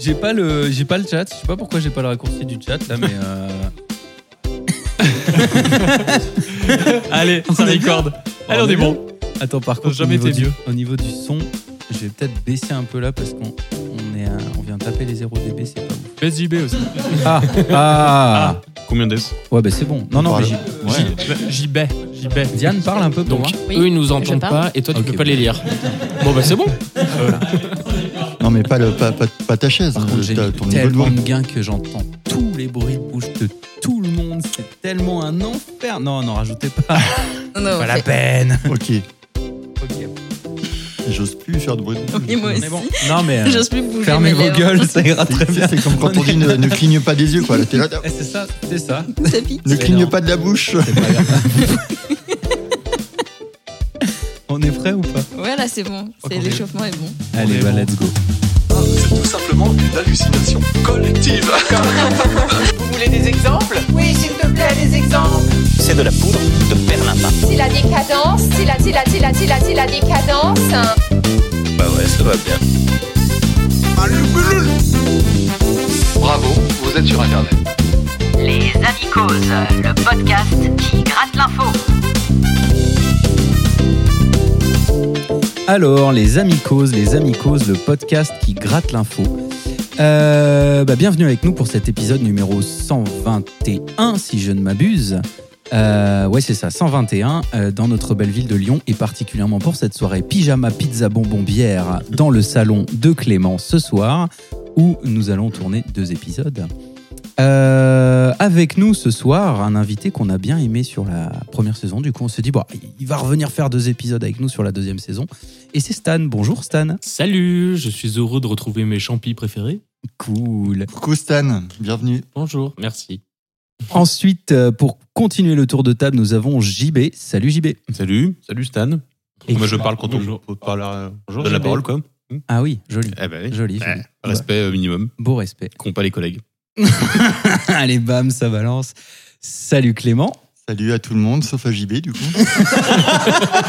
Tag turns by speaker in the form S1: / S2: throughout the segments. S1: J'ai pas le, j'ai pas le chat. Je sais pas pourquoi j'ai pas le raccourci du chat là, mais. euh,
S2: Allez,
S1: On
S2: ça
S1: est bien.
S2: recorde. Allez, on est bon.
S1: Attends, par contre,
S2: Jamais
S1: au, niveau
S2: été
S1: du,
S2: mieux.
S1: au niveau du son, je vais peut-être baisser un peu là parce qu'on on est, à- on vient taper les 0 dB, c'est pas ouf.
S2: BSJB aussi.
S1: Ah, ah,
S3: Combien d'S
S1: ouais, bah c'est bon. Non, non, mais j'ai-
S3: Ouais.
S2: JB. JB.
S1: Diane parle un peu pour
S4: Donc,
S1: moi.
S4: eux, ils nous
S5: je
S4: entendent
S5: parle.
S4: pas et toi, tu
S1: Ok,
S4: peux pas
S1: bon.
S4: les lire. Bon, bah, c'est bon.
S6: Non, mais pas, le, pas, pas, pas ta chaise,
S1: Par
S6: hein,
S1: contre, j'ai
S6: ta-
S1: mis
S6: ton niveau de
S1: tellement
S6: voix.
S1: de gains que j'entends tous les bruits de bouche de tout le monde. C'est tellement un enfer. Non, non, rajoutez pas.
S5: Non, non,
S1: pas la
S5: c'est-
S1: peine.
S6: Ok, j'ose plus faire de bruit. de bouche.
S5: Oui, moi
S1: On
S5: aussi.
S1: est bon. Non, mais euh,
S5: J'ose plus bouger.
S1: fermez
S5: mes
S1: vos
S5: lèvres.
S1: gueules, ça ira très
S6: Tu
S1: bien.
S6: sais, C'est comme quand on dit ne, ne cligne pas des yeux, quoi. Là, t'es là,
S1: Eh, C'est ça, c'est ça.
S5: Ça pique.
S6: ne
S1: C'est
S6: cligne
S1: énorme.
S6: pas de la bouche.
S1: C'est pas grave. On est prêt ou pas
S5: Voilà, c'est bon. C'est-
S1: Ok.
S5: L'échauffement est bon.
S1: Allez,
S2: est
S1: bah
S2: bon.
S1: let's go.
S7: C'est tout simplement une hallucination collective.
S8: Vous voulez des exemples Oui, s'il te plaît, des exemples.
S9: C'est de la poudre de perlimpin.
S10: Si la décadence, si la, si la, si la, si la, si la décadence.
S9: Bah ouais, ça va bien.
S7: Bravo, vous êtes sur Internet.
S8: Les Amicos, le podcast qui gratte l'info.
S1: Alors, les Amicos, les Amicos, le podcast qui gratte l'info. Euh, bah, bienvenue avec nous pour cet épisode numéro 121, si je ne m'abuse. Euh, ouais, c'est ça, 121, euh, dans notre belle ville de Lyon, et particulièrement pour cette soirée pyjama, pizza, bonbon, bière, dans le salon de Clément ce soir, où nous allons tourner deux épisodes. Euh, avec nous ce soir, un invité qu'on a bien aimé sur la première saison. Du coup, on s'est dit, bon, il va revenir faire deux épisodes avec nous sur la deuxième saison. Et c'est Stan. Bonjour Stan.
S4: Salut, je suis heureux de retrouver mes champis préférés.
S1: Cool.
S6: Coucou Stan, bienvenue.
S4: Bonjour, merci.
S1: Ensuite, euh, pour continuer le tour de table, nous avons JB. Salut JB.
S3: Salut, salut Stan.
S1: Et-
S3: Moi je parle quand on
S4: Bonjour.
S3: on parle, euh,
S4: Bonjour,
S3: donne la
S4: JB.
S3: parole quoi.
S1: Ah oui, joli.
S3: Eh ben oui.
S1: Joli. joli.
S3: Ouais. Respect euh, minimum,
S1: Beau respect.
S3: qu'ont pas les collègues.
S1: Allez, bam, ça balance. Salut Clément.
S6: Salut à tout le monde, sauf à JB, du
S1: Ah,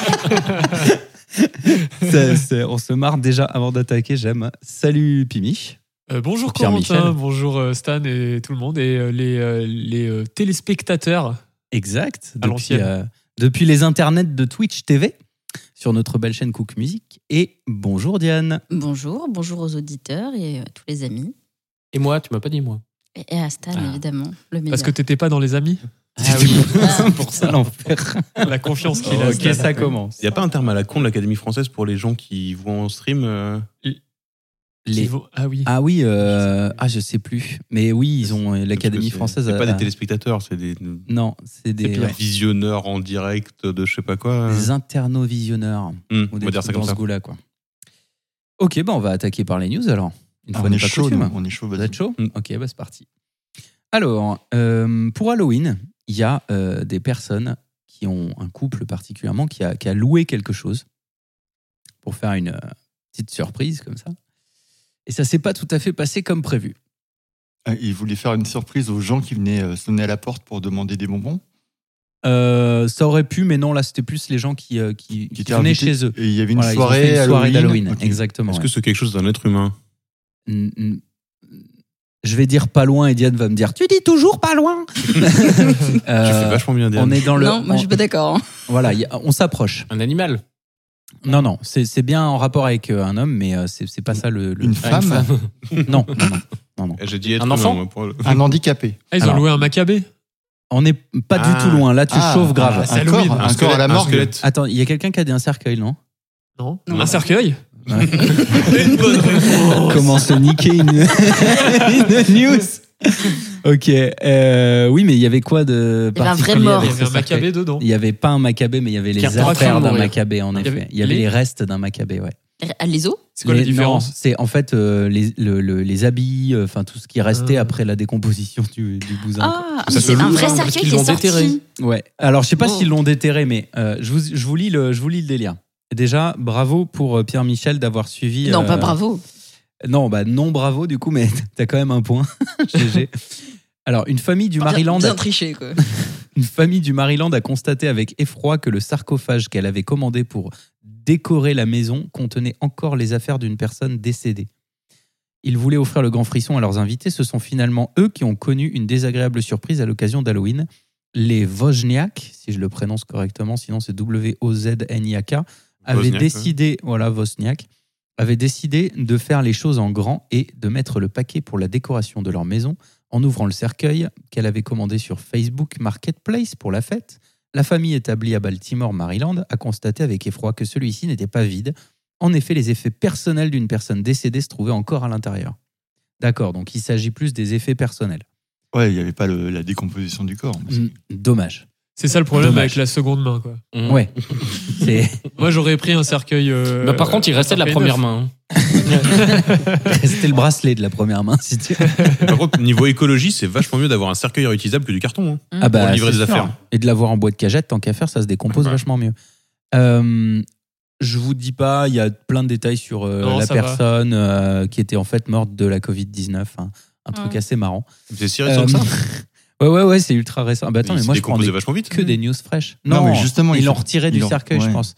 S6: coup.
S1: Ça, c'est- on se marre déjà avant d'attaquer, j'aime. Salut Pimi.
S2: Euh, bonjour
S1: Pierre
S2: Corentin,
S1: Michel.
S2: bonjour euh, Stan et tout le monde et euh, les, euh, les euh, téléspectateurs.
S1: Exact.
S2: À
S1: Depuis,
S2: l'ancienne.
S1: euh, depuis les internets de Twitch TV, sur notre belle chaîne Cook Music. Et bonjour Diane.
S5: Bonjour, bonjour aux auditeurs et à tous les amis.
S4: Et moi, tu m'as pas dit moi.
S5: Et et à Stan,
S4: Ah.
S5: évidemment, le meilleur.
S2: Parce que t'étais pas dans les amis
S1: C'était
S4: oui.
S1: pour, pour ça l'enfer.
S2: La confiance qu'il a.
S1: ok,
S2: Stan.
S1: ça commence.
S3: Il a pas un terme à la con de l'Académie française pour les gens qui voient en stream euh,
S2: Qui
S1: Les-
S2: vont- Ah oui.
S1: Ah oui, euh, ah je sais plus. Mais oui, ils ont euh, l'Académie
S3: parce que c'est-
S1: française.
S3: C'est
S1: a-
S3: pas
S1: a-
S3: des téléspectateurs, c'est des,
S1: Non, c'est
S3: des
S1: des, ouais,
S3: visionneurs en direct de je sais pas quoi.
S1: des internauvisionneurs.
S3: Hum,
S1: Ou
S3: on
S1: des
S3: va dire ça
S1: trucs
S3: comme
S1: dans
S3: ça.
S1: ce goût-là, quoi. Ok, bah on va attaquer par les news alors. Une fois
S6: Ah, on,
S1: n'est
S6: est
S1: pas
S6: chaud,
S1: coutume.
S6: nous, on est chaud,
S1: Vous
S6: vas-y.
S1: êtes chaud
S3: Mm.
S1: Ok, bah c'est parti. Alors, euh, pour Halloween, il y a euh, des personnes qui ont un couple particulièrement qui a, qui a loué quelque chose pour faire une euh, petite surprise comme ça. Et ça s'est pas tout à fait passé comme prévu.
S6: Ah, Il voulait faire une surprise aux gens qui venaient euh, sonner à la porte pour demander des bonbons.
S1: Euh, ça aurait pu, mais non, là c'était plus les gens qui, euh, qui, qui
S6: étaient
S1: venaient
S6: invités.
S1: chez eux.
S6: Et il y avait une
S1: Voilà, ils ont
S6: soirée,
S1: fait une soirée d'Halloween.
S6: Ok.
S1: Exactement.
S3: Est-ce
S1: ouais.
S3: que c'est quelque chose d'un être humain
S1: Mm, mm. Je vais dire pas loin et Diane va me dire Tu dis toujours pas loin
S3: Tu
S1: Euh,
S3: fais vachement bien dire.
S1: On est dans le.
S5: Non, moi, je suis pas d'accord. hein.
S1: Voilà, il y a- on s'approche.
S4: Un animal.
S1: Non, non, c'est c'est bien en rapport avec euh, un homme, mais euh, c'est c'est pas ça le. le-
S6: Une
S4: Ah, une
S6: femme,
S1: Non, non, non, non, non.
S3: Eh, J'ai dit être
S4: Un
S3: humain,
S4: enfant
S3: moi, pour le-
S6: un handicapé.
S2: Ah, ils ont
S1: alors-
S2: loué un Maccabée
S1: On n'est pas
S3: Ah.
S1: du tout loin. Là, tu
S6: Ah,
S1: chauffes grave.
S2: c'est
S6: Un
S2: Halloween.
S6: corps, un
S3: Un
S6: corps à
S3: squelette,
S6: la
S3: un
S6: morgue.
S3: squelette.
S1: Attends, il y a quelqu'un qui a dit un cercueil, non
S2: non.
S5: Non.
S2: Un cercueil
S1: Comment se niquer une, une news Ok. euh, oui, mais il y avait quoi de
S5: Il y avait Eh ben, un vrai
S1: particulier
S4: Oh.
S5: mort.
S1: avec
S2: Il y avait
S1: ce
S2: un Maccabée
S1: cercueil
S2: dedans.
S1: Il y avait pas un macabé, mais il y avait
S4: Qui
S1: les
S4: est en train
S1: affaires
S4: de
S1: d'un
S4: mourir.
S1: macabé, en
S2: Il y
S1: effet.
S2: avait
S1: Il y avait
S2: les-
S1: les restes d'un macabé, ouais.
S5: À les os
S2: C'est quoi la
S1: Les- non,
S2: différence
S1: C'est en fait euh, les, le- le- les habits, euh, enfin tout ce qui restait
S2: Ah.
S1: après la décomposition du, du bousin. quoi.
S5: Ah,
S3: Ça se
S5: c'est un
S3: loue,
S5: vrai
S4: hein, parce
S5: cercueil
S4: qu'ils
S5: qui est
S4: l'ont déterré.
S5: sorti.
S1: Ouais. Alors, je sais pas
S5: Bon.
S1: s'ils l'ont déterré, mais euh, je, vous, je, vous lis le, je vous lis le délire. Déjà, bravo pour euh, Pierre Michel d'avoir suivi.
S5: Non,
S1: euh,
S5: pas bravo.
S1: Non, bah non, bravo du coup, mais t'as quand même un point. GG. Alors, une famille du Maryland,
S5: Bien triché, quoi.
S1: une famille du Maryland a constaté avec effroi que le sarcophage qu'elle avait commandé pour décorer la maison contenait encore les affaires d'une personne décédée. Ils voulaient offrir le grand frisson à leurs invités. Ce sont finalement eux qui ont connu une désagréable surprise à l'occasion d'Halloween. Les Wozniak, si je le prononce correctement, sinon c'est W-O-Z-N-I-A-K, avaient
S3: Wozniak,
S1: décidé, voilà, Wozniak, avaient décidé de faire les choses en grand et de mettre le paquet pour la décoration de leur maison en ouvrant le cercueil qu'elle avait commandé sur Facebook Marketplace pour la fête. La famille établie à Baltimore, Maryland, a constaté avec effroi que celui-ci n'était pas vide. En effet, les effets personnels d'une personne décédée se trouvaient encore à l'intérieur. D'accord, donc il s'agit plus des effets personnels.
S6: Ouais, il n'y avait pas le- la décomposition du corps. mais c'est-
S1: Mm, Dommage.
S2: C'est ça le problème
S1: Dommage.
S2: avec la seconde main. Quoi.
S4: Mm.
S1: Ouais. C'est
S2: Moi, j'aurais pris un cercueil. euh,
S4: Bah, par contre, il restait de la
S2: cercueil
S4: première
S2: neuf.
S4: main. hein.
S1: c'était le bracelet de la première main, si tu
S3: Par contre, niveau écologie, c'est vachement mieux d'avoir un cercueil réutilisable que du carton. hein.
S5: Mmh.
S1: Ah bah,
S3: Pour livrer
S1: c'est
S3: des
S1: sûr.
S3: affaires.
S1: Et de l'avoir en boîte cagette, tant qu'à faire, ça se décompose
S3: Ouais.
S1: vachement mieux. Euh, je vous dis pas, il y a plein de détails sur euh,
S2: Non,
S1: la
S2: ça va.
S1: personne euh, qui était en fait morte de la Covid-19. hein. Un truc
S5: Ouais.
S1: assez marrant.
S3: C'est si récent que ça.
S1: Euh, ouais, ouais, ouais, c'est ultra récent. Ah bah attends,
S3: Il
S1: mais
S3: s'est
S1: moi je prends
S3: décomposé
S1: des-
S3: vachement vite.
S1: que des news fraîches.
S6: Non, mais justement,
S1: ils
S6: il
S1: l'ont
S6: faut-
S1: retiré du
S6: ils l'ont-
S1: cercueil, je
S6: ouais.
S1: pense.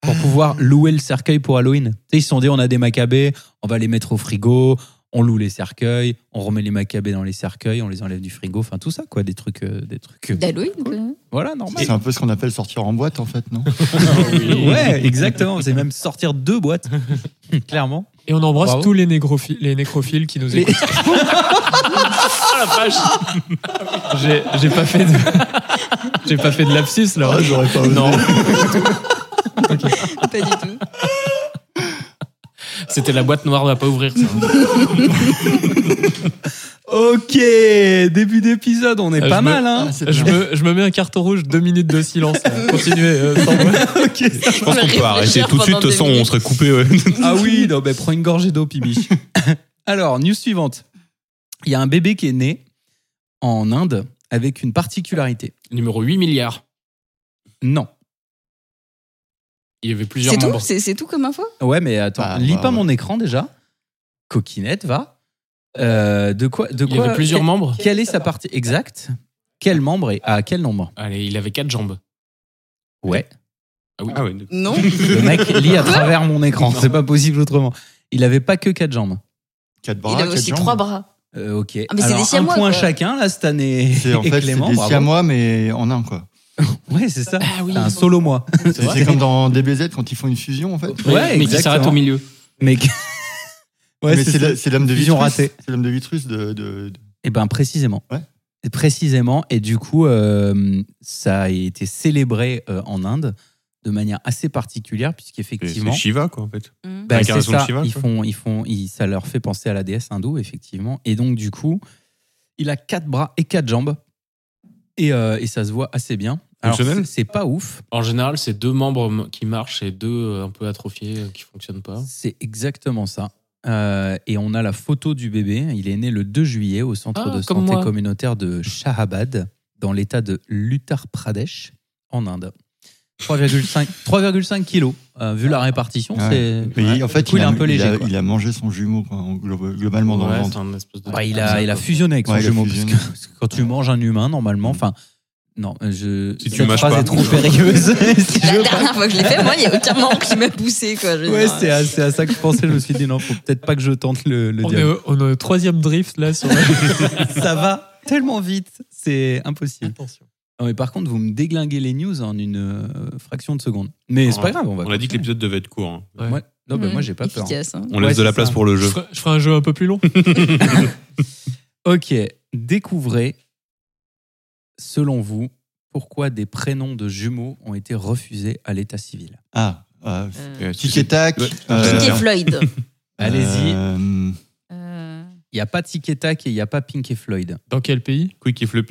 S1: Pour pouvoir louer le cercueil pour Halloween. Tu sais, ils se sont dit, on a des macabées, on va les mettre au frigo, on loue les cercueils, on remet les macabées dans les cercueils, on les enlève du frigo, enfin tout ça, quoi, des trucs. euh, des trucs euh,
S5: D'Halloween quoi.
S1: voilà, normal.
S6: C'est un peu ce qu'on appelle sortir en boîte, en fait, non
S1: Ouais, exactement. C'est même sortir deux boîtes, clairement.
S2: Et on embrasse
S1: Bravo.
S2: tous les, négrophiles, les nécrophiles qui nous
S1: Les-
S2: écoutent. J'ai j'ai pas fait de. J'ai pas fait de lapsus là.
S6: Ah, j'aurais pas osé.
S4: Non.
S5: Pas du tout.
S4: C'était la boîte noire, on va pas ouvrir ça.
S1: Ok, début d'épisode, on est
S2: Euh,
S1: pas
S2: je me-
S1: mal,
S4: Ah,
S1: hein.
S2: Je me, je me mets un carton rouge, deux minutes de silence. là. Continuez. euh, sans moi.
S3: Je pense qu'on peut arrêter tout de suite, de toute façon, on serait coupé. ouais.
S1: Ah oui, non, mais prends une gorgée d'eau, Pibiche. Alors, news suivante. Il y a un bébé qui est né en Inde avec une particularité.
S4: Numéro 8 milliards.
S1: Non.
S4: Il y avait plusieurs
S5: C'est tout
S4: membres.
S5: C'est c'est tout comme info
S1: Ouais, mais attends,
S6: Ah,
S1: lis
S6: bah,
S1: pas
S6: ouais.
S1: mon écran déjà. Coquinette, va. Euh, de quoi, de
S4: Il
S1: quoi
S4: y avait plusieurs
S1: quel-
S4: membres.
S1: Quelle est sa partie exacte Quel membre et à quel nombre
S4: Allez, il avait quatre jambes.
S1: Ouais.
S4: Ah oui.
S3: Ah ouais.
S5: Non.
S1: Le mec lit à travers mon écran, c'est pas possible autrement. Il avait pas que quatre jambes.
S6: Quatre bras,
S5: Il avait
S6: quatre
S5: aussi
S6: jambes.
S5: trois bras.
S1: Euh, ok.
S5: Ah, mais c'est
S1: Alors,
S5: des Siamois,
S1: Un point
S5: quoi.
S1: chacun là cette année.
S6: C'est en
S1: et
S6: fait c'est
S1: Clément,
S6: des
S1: bravo.
S6: siamois, mais en un, quoi.
S1: Ouais, c'est ça.
S4: Ah oui.
S1: C'est un solo moi.
S6: C'est c'est comme dans DBZ quand ils font une fusion, en fait.
S1: Ouais,
S4: mais qui
S1: exactement.
S4: s'arrête au milieu.
S1: Mais que- ouais,
S6: mais
S1: c'est
S6: c'est
S1: ça.
S6: la- c'est l'homme de
S1: Fusion
S6: Vitrus.
S1: ratée.
S6: C'est l'homme de Vitrus de. de- de-
S1: Eh ben précisément.
S6: Ouais.
S1: Et Précisément. Et du coup, euh, ça a été célébré euh, en Inde de manière assez particulière
S3: C'est-
S1: puisqu'effectivement.
S3: C'est Shiva, quoi, en fait.
S1: Bah,
S5: Hmm.
S1: c'est
S3: L'incarnation de
S1: ça,
S3: Shiva,
S1: ils
S3: quoi.
S1: font, ils font, ils- ça leur fait penser à la déesse hindoue, effectivement. Et donc, du coup, il a quatre bras et quatre jambes. Et, euh, et ça se voit assez bien. Alors,
S3: Fonctionnel
S1: c'est c'est pas ouf.
S4: En général, c'est deux membres qui marchent et deux euh, un peu atrophiés euh, qui fonctionnent pas.
S1: C'est exactement ça. Euh, et on a la photo du bébé. Il est né le 2 juillet au centre
S4: Ah,
S1: de
S4: comme
S1: santé
S4: moi.
S1: communautaire de Shahabad, dans l'état de l'Uttar Pradesh, en Inde. 3,5 3,5 kilos. Euh, vu la répartition,
S6: Ouais.
S1: c'est.
S6: Mais
S1: Ouais.
S6: en fait,
S1: Du coup, il est
S6: a,
S1: un peu léger,
S6: a-
S1: quoi.
S6: il a mangé son jumeau, quoi, en glo- globalement, dans
S4: Ouais,
S6: le
S4: c'est
S6: ventre.
S4: un espèce de-
S1: Bah, il, a, il a
S4: Ouais,
S1: fusionné avec son
S6: Ouais, il a
S1: jumeau, parce que,
S6: fusionné.
S1: parce que quand tu manges un humain, normalement, enfin, non, euh, je.
S3: Si tu
S1: cette
S3: mâches
S1: phrase
S3: pas.
S1: est trop périlleuse. si je
S5: La
S1: veux pas.
S5: dernière fois que je l'ai fait, moi, il n'y a aucun membre qui m'a poussé. Quoi. Je veux
S1: Ouais,
S5: dire,
S1: c'est à, c'est à ça que je pensais. Je me suis dit, non, faut peut-être pas que je tente le,
S4: Oh,
S1: le
S2: On est,
S1: diable.
S2: au, on est au troisième drift là. Sur
S1: Ça va tellement vite, c'est impossible.
S2: Attention.
S1: Non, mais par contre, vous me déglinguez les news en une euh, fraction de seconde. Mais c'est
S3: On-
S1: pas grave, on va.
S3: On a dit que l'épisode devait être court. hein.
S2: Ouais.
S1: Ouais. Non, bah,
S5: Hmm.
S1: moi, j'ai pas peur.
S5: Efficace, hein.
S3: On
S1: Ouais,
S3: laisse de la
S1: c'est
S3: place
S1: ça.
S3: pour le
S2: Je,
S3: jeu.
S2: ferai, je ferai un jeu un peu plus long.
S1: Ok, découvrez, selon vous, pourquoi des prénoms de jumeaux ont été refusés à l'état civil.
S6: Ah, ah,
S5: Euh,
S3: Euh,
S6: tic et tac.
S3: Ouais.
S6: euh,
S5: Pink et Floyd.
S1: Allez-y.
S6: euh,
S5: Euh,
S1: Il n'y a pas Tic et Tac et il n'y a pas Pink et Floyd.
S2: Dans quel pays
S3: Quick et Flip.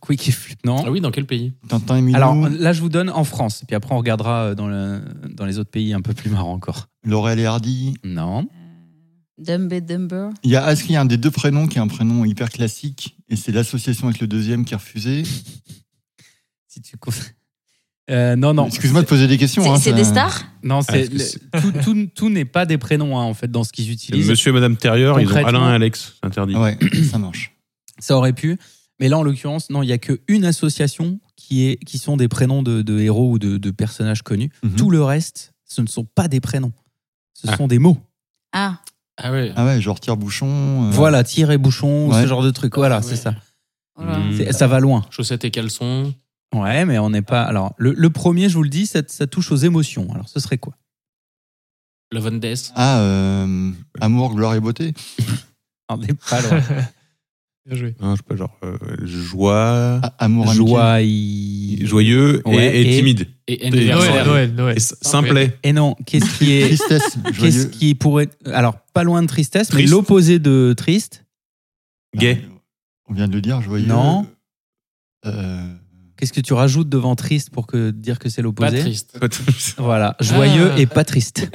S1: Quick et Flip, non.
S4: Ah oui, dans quel pays
S6: Tintin et Milou,
S1: Alors là, je vous donne en France, puis après on regardera euh, dans, le- dans les autres pays un peu plus marrants encore.
S6: Laurel et Hardy.
S1: Non.
S5: Dumb and Dumber.
S6: Il y a Aski, un des deux prénoms, qui est un prénom hyper classique, et c'est l'association avec le deuxième qui est refusée.
S1: Si tu con- Euh, non, non.
S6: Excuse-moi de poser des questions.
S5: C'est
S6: hein,
S5: c'est
S6: ça-
S5: des stars
S1: Non, c'est-
S3: est-ce que
S1: le-
S3: c'est-
S1: tout, tout- tout n'est pas des prénoms hein, en fait dans ce qu'ils utilisent.
S3: Monsieur et Madame Terrier, ils ont
S1: Concrètement.
S3: Alain et Alex, c'est interdit.
S6: Ouais, ça marche.
S1: Ça aurait pu, mais là en l'occurrence, non, il y a qu'une association qui est qui sont des prénoms de, de héros ou de, de personnages connus.
S6: Mhm.
S1: Tout le reste, ce ne sont pas des prénoms, ce
S3: Ah.
S1: sont des mots.
S5: Ah,
S4: Ah ouais.
S6: Ah ouais, genre tire-bouchon. euh,
S1: Voilà, tir et bouchon,
S6: Ouais. Mhm.
S1: ce genre de truc. Voilà,
S4: Ouais.
S1: c'est ça.
S5: Voilà.
S4: Mm.
S1: C'est- Ça va loin.
S4: Chaussettes et caleçons.
S1: Ouais, mais on n'est pas. Alors, le, le premier, je vous le dis, ça, ça touche aux émotions. Alors, ce serait quoi
S4: Love and Death.
S6: Ah, euh, amour, gloire et beauté.
S1: On n'est pas loin.
S2: Bien joué.
S3: Non, je sais pas, genre euh, joie,
S6: Ah, amour, amitié.
S1: Joie.
S3: joyeux et-
S1: Ouais,
S3: et,
S1: et-
S3: timide.
S4: Et
S3: Et
S4: anniversaire.
S2: Noël, Noël, Noël.
S3: Et s- simplet.
S1: Et non, qu'est-ce qui est.
S6: Tristesse,
S1: Qu'est-ce
S6: joyeux.
S1: qui pourrait. Alors, pas loin de tristesse, mais
S3: Triste.
S1: l'opposé de triste.
S3: Gay.
S6: Ah, On vient de le dire, joyeux.
S1: Non.
S6: Euh,
S1: Qu'est-ce que tu rajoutes devant triste pour que, dire que c'est
S4: Pas
S1: l'opposé
S4: triste.
S1: Voilà, joyeux
S4: Ah.
S1: et pas triste.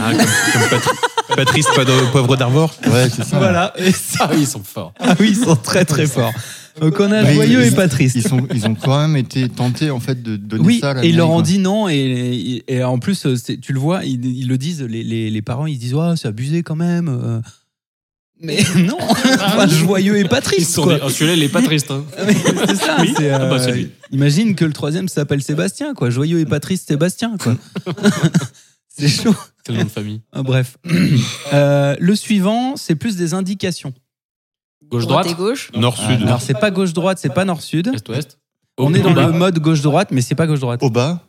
S3: Ah, comme, comme Pat- Patrice Pado- Poivre d'Arvor.
S6: Ouais, c'est ça.
S1: voilà, et ça.
S4: Ah oui, ils sont forts.
S1: Ah oui, ils sont très très forts. Donc, on a
S6: Mais
S1: joyeux
S6: ils-
S1: et pas triste.
S6: Ils, sont, ils ont quand même été tentés en fait de donner
S1: Oui,
S6: ça. à la
S1: et ils leur
S6: mairie,
S1: ont
S6: quoi.
S4: hein.
S1: dit non, et, et- et en plus, euh, c'est- tu le vois, ils, ils le disent, les, les- les parents, ils se disent, ouais, c'est abusé quand même. euh. Mais non, enfin, joyeux et pas
S4: Ah Ils
S1: triste.
S4: sont
S1: quoi.
S4: des- oh, Celui-là, il est pas triste. hein.
S1: Mais c'est ça,
S4: Oui.
S1: c'est,
S4: Ah bah,
S1: euh,
S4: c'est lui.
S1: imagine que le troisième s'appelle Sébastien, quoi. Joyeux et pas triste Sébastien, quoi. c'est chaud.
S4: C'est le nom de famille.
S1: Ah, bref. Euh, le suivant, c'est plus des indications.
S4: Gauche-droite.
S5: Droite et gauche.
S3: Ah, Nord-Sud.
S1: Alors, c'est pas gauche-droite, c'est pas nord-sud.
S4: Est-ouest.
S1: On est dans
S4: Bas.
S1: le mode gauche-droite, mais c'est pas gauche-droite.
S6: Au bas,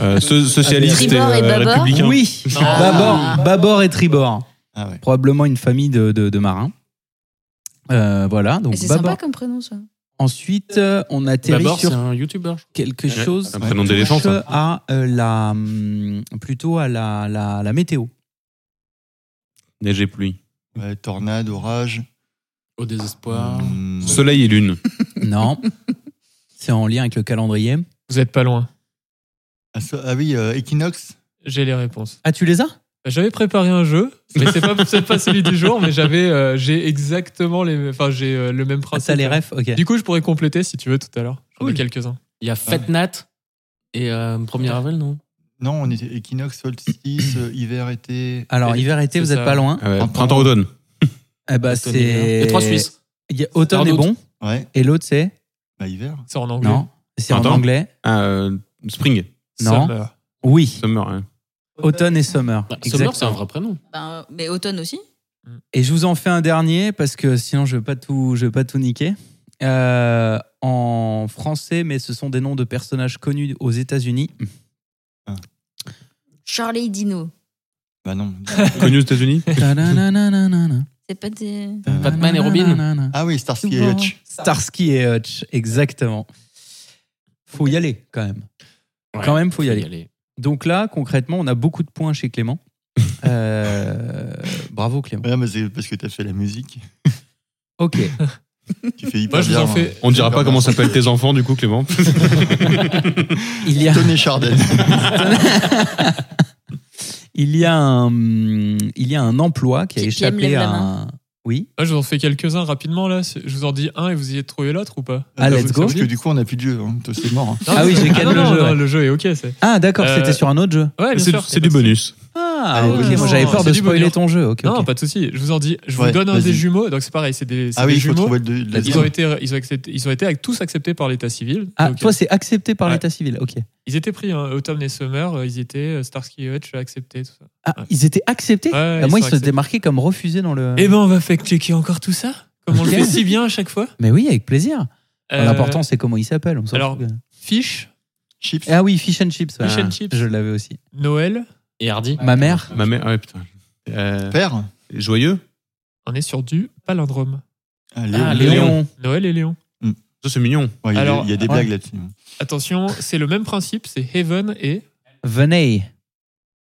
S3: Euh, so- socialiste et,
S5: Tribord et
S3: euh,
S5: Babord.
S3: républicain.
S1: Oui,
S4: Ah.
S1: bâbord, bâbord et tribord.
S6: ah ouais.
S1: Probablement une famille de, de- de marins. Euh, voilà, donc
S5: Et c'est
S1: bâbord.
S5: sympa comme prénom, ça.
S1: Ensuite, euh, on atterrit
S4: D'abord, c'est
S1: sur
S4: un youtubeur. je
S1: quelque
S3: Ouais,
S1: chose
S3: C'est un prénom d'éléphant,
S1: touche
S3: ça.
S1: à euh, la hum, plutôt à la, la, la météo.
S3: Neige et pluie.
S6: Ouais, tornade, orage.
S4: crois. Au désespoir.
S6: hum,
S3: Soleil et lune.
S1: Non, c'est en lien avec le calendrier.
S2: Vous êtes pas loin.
S6: ah, so- ah oui, euh, équinoxe.
S2: J'ai les réponses.
S1: Ah, tu les as
S2: Bah, J'avais préparé un jeu, mais c'est pas peut-être pas celui du jour, mais j'avais, euh, j'ai exactement les, enfin j'ai euh, le même
S1: ah,
S2: principe.
S1: Ça les ref, ok.
S2: Du coup, je pourrais compléter si tu veux tout à l'heure. J'en ai
S4: Cool.
S2: quelques-uns.
S4: Il y a Fatnat et euh,
S1: Ah.
S4: 1er avril, non
S6: Non, on était équinoxe, solstice, euh, hiver, été.
S1: Alors, hiver été,
S2: c'est
S1: vous n'êtes
S2: ça.
S1: pas loin.
S3: Ah ouais,
S6: Printemps.
S3: Printemps-automne.
S1: Eh ben,
S4: Automne, hiver.
S1: c'est
S4: Les trois Suisses.
S1: Il y a automne
S4: C'est
S1: est
S4: en août.
S1: bon
S6: Ouais,
S1: et l'autre c'est
S6: bah hiver.
S2: C'est en anglais.
S1: non, c'est en
S3: Printemps.
S1: anglais.
S3: Ah, euh, spring.
S1: Non.
S2: Summer.
S1: Oui,
S3: Summer. hein.
S1: automne et summer.
S4: Bah,
S1: Exactement.
S4: Summer, c'est un vrai prénom.
S5: Ben, mais automne aussi.
S1: Et je vous en fais un dernier parce que sinon je vais pas tout, je vais pas tout niquer. Euh, en français, mais ce sont des noms de personnages connus aux États-Unis.
S5: Charlie Dino.
S6: Bah non.
S3: Connu aux États-Unis
S1: Ta-da-na-na-na-na-na.
S5: C'est pas des.
S4: Batman et Robin.
S1: Ta-da-na-na-na-na.
S6: Ah oui, Starsky et Hutch.
S1: Starsky et Hutch, exactement. Faut y aller quand même. Quand même, faut y aller. Donc là, concrètement, on a beaucoup de points chez Clément. Euh, bravo Clément.
S6: Ouais, mais c'est parce que t'as fait la musique.
S1: Ok.
S6: Tu fais hyper
S2: Moi, je vous
S6: bien. hein.
S2: en fais.
S3: On dira pas comment s'appellent tes enfants, du coup, Clément.
S1: Il y a,
S6: Tony Chardin.
S1: il y a un, il y a un emploi qui a
S5: Qui- qui aime
S1: échappé
S5: lève la
S1: à. un- Oui.
S2: Ah, je vous en fais quelques-uns rapidement là. C'est- Je vous en dis un et vous y trouvé l'autre ou pas
S1: Ah, let's go.
S2: Ça vous
S6: Parce que
S2: dit
S6: du coup, on n'a plus de jeu. hein. Toi, c'est mort. hein.
S1: Ah oui, j'ai
S2: non,
S1: canne
S2: non,
S1: le
S2: non,
S1: jeu,
S2: non,
S1: ouais.
S2: le jeu est ok. C'est.
S1: Ah d'accord,
S2: Euh,
S1: c'était sur un autre jeu.
S2: Ouais, bien
S3: C'est
S2: sûr,
S3: c'est
S2: pas
S3: du
S2: de souci.
S3: bonus.
S1: Ah
S6: Allez,
S1: ok,
S6: bonus.
S1: moi j'avais peur
S2: C'est
S1: de
S2: du
S1: spoiler
S2: bonus.
S1: ton jeu. Ok.
S2: Non,
S1: ok.
S2: pas de souci. Je vous en dis. Je
S6: Ouais,
S2: vous donne un
S6: vas-y.
S2: des jumeaux. Donc c'est pareil, c'est des, c'est
S6: Ah oui,
S2: des
S6: il faut
S2: jumeaux.
S6: trouver le, de- la
S2: Ils ont
S6: deuxième.
S2: été, ils ont accepté, ils ont été avec- tous acceptés par l'état civil.
S1: Ah,
S2: Donc,
S1: toi
S2: euh,
S1: c'est accepté par
S2: Ouais.
S1: l'état civil. Ok.
S2: ils étaient pris, hein, Autumn et Summer, euh, ils étaient euh, Starsky et Hutch acceptés, tout ça.
S1: Ah,
S2: Ouais.
S1: ils étaient acceptés.
S2: Ouais, ouais,
S1: Ah, moi ils
S2: ils sont
S1: se
S2: acceptés.
S1: démarquaient comme refusés dans le.
S2: Eh ben, on va fact-checker encore tout ça, comme on le
S1: Ok.
S2: fait si bien à chaque fois.
S1: Mais oui, avec plaisir.
S2: Euh,
S1: L'important c'est comment ils s'appellent. on s'en
S2: alors,
S1: fout.
S2: Fish,
S6: Chips.
S1: Ah oui, Fish and Chips. ouais.
S2: Fish and Chips.
S1: Je l'avais aussi.
S2: Noël,
S4: Et Hardy.
S1: Ma mère.
S3: Ma mère. ah ouais, putain. Euh,
S6: Père.
S3: joyeux
S2: on est sur du palindrome.
S6: Ah, Léo.
S4: Ah,
S6: Ouais,
S4: Léon.
S2: Noël et Léon.
S3: Ça, c'est mignon.
S6: il y a-
S2: Alors,
S6: il y a des
S1: ouais.
S6: blagues là-dessus. hein.
S2: Attention, c'est le même principe, c'est Heaven et.
S1: Venez.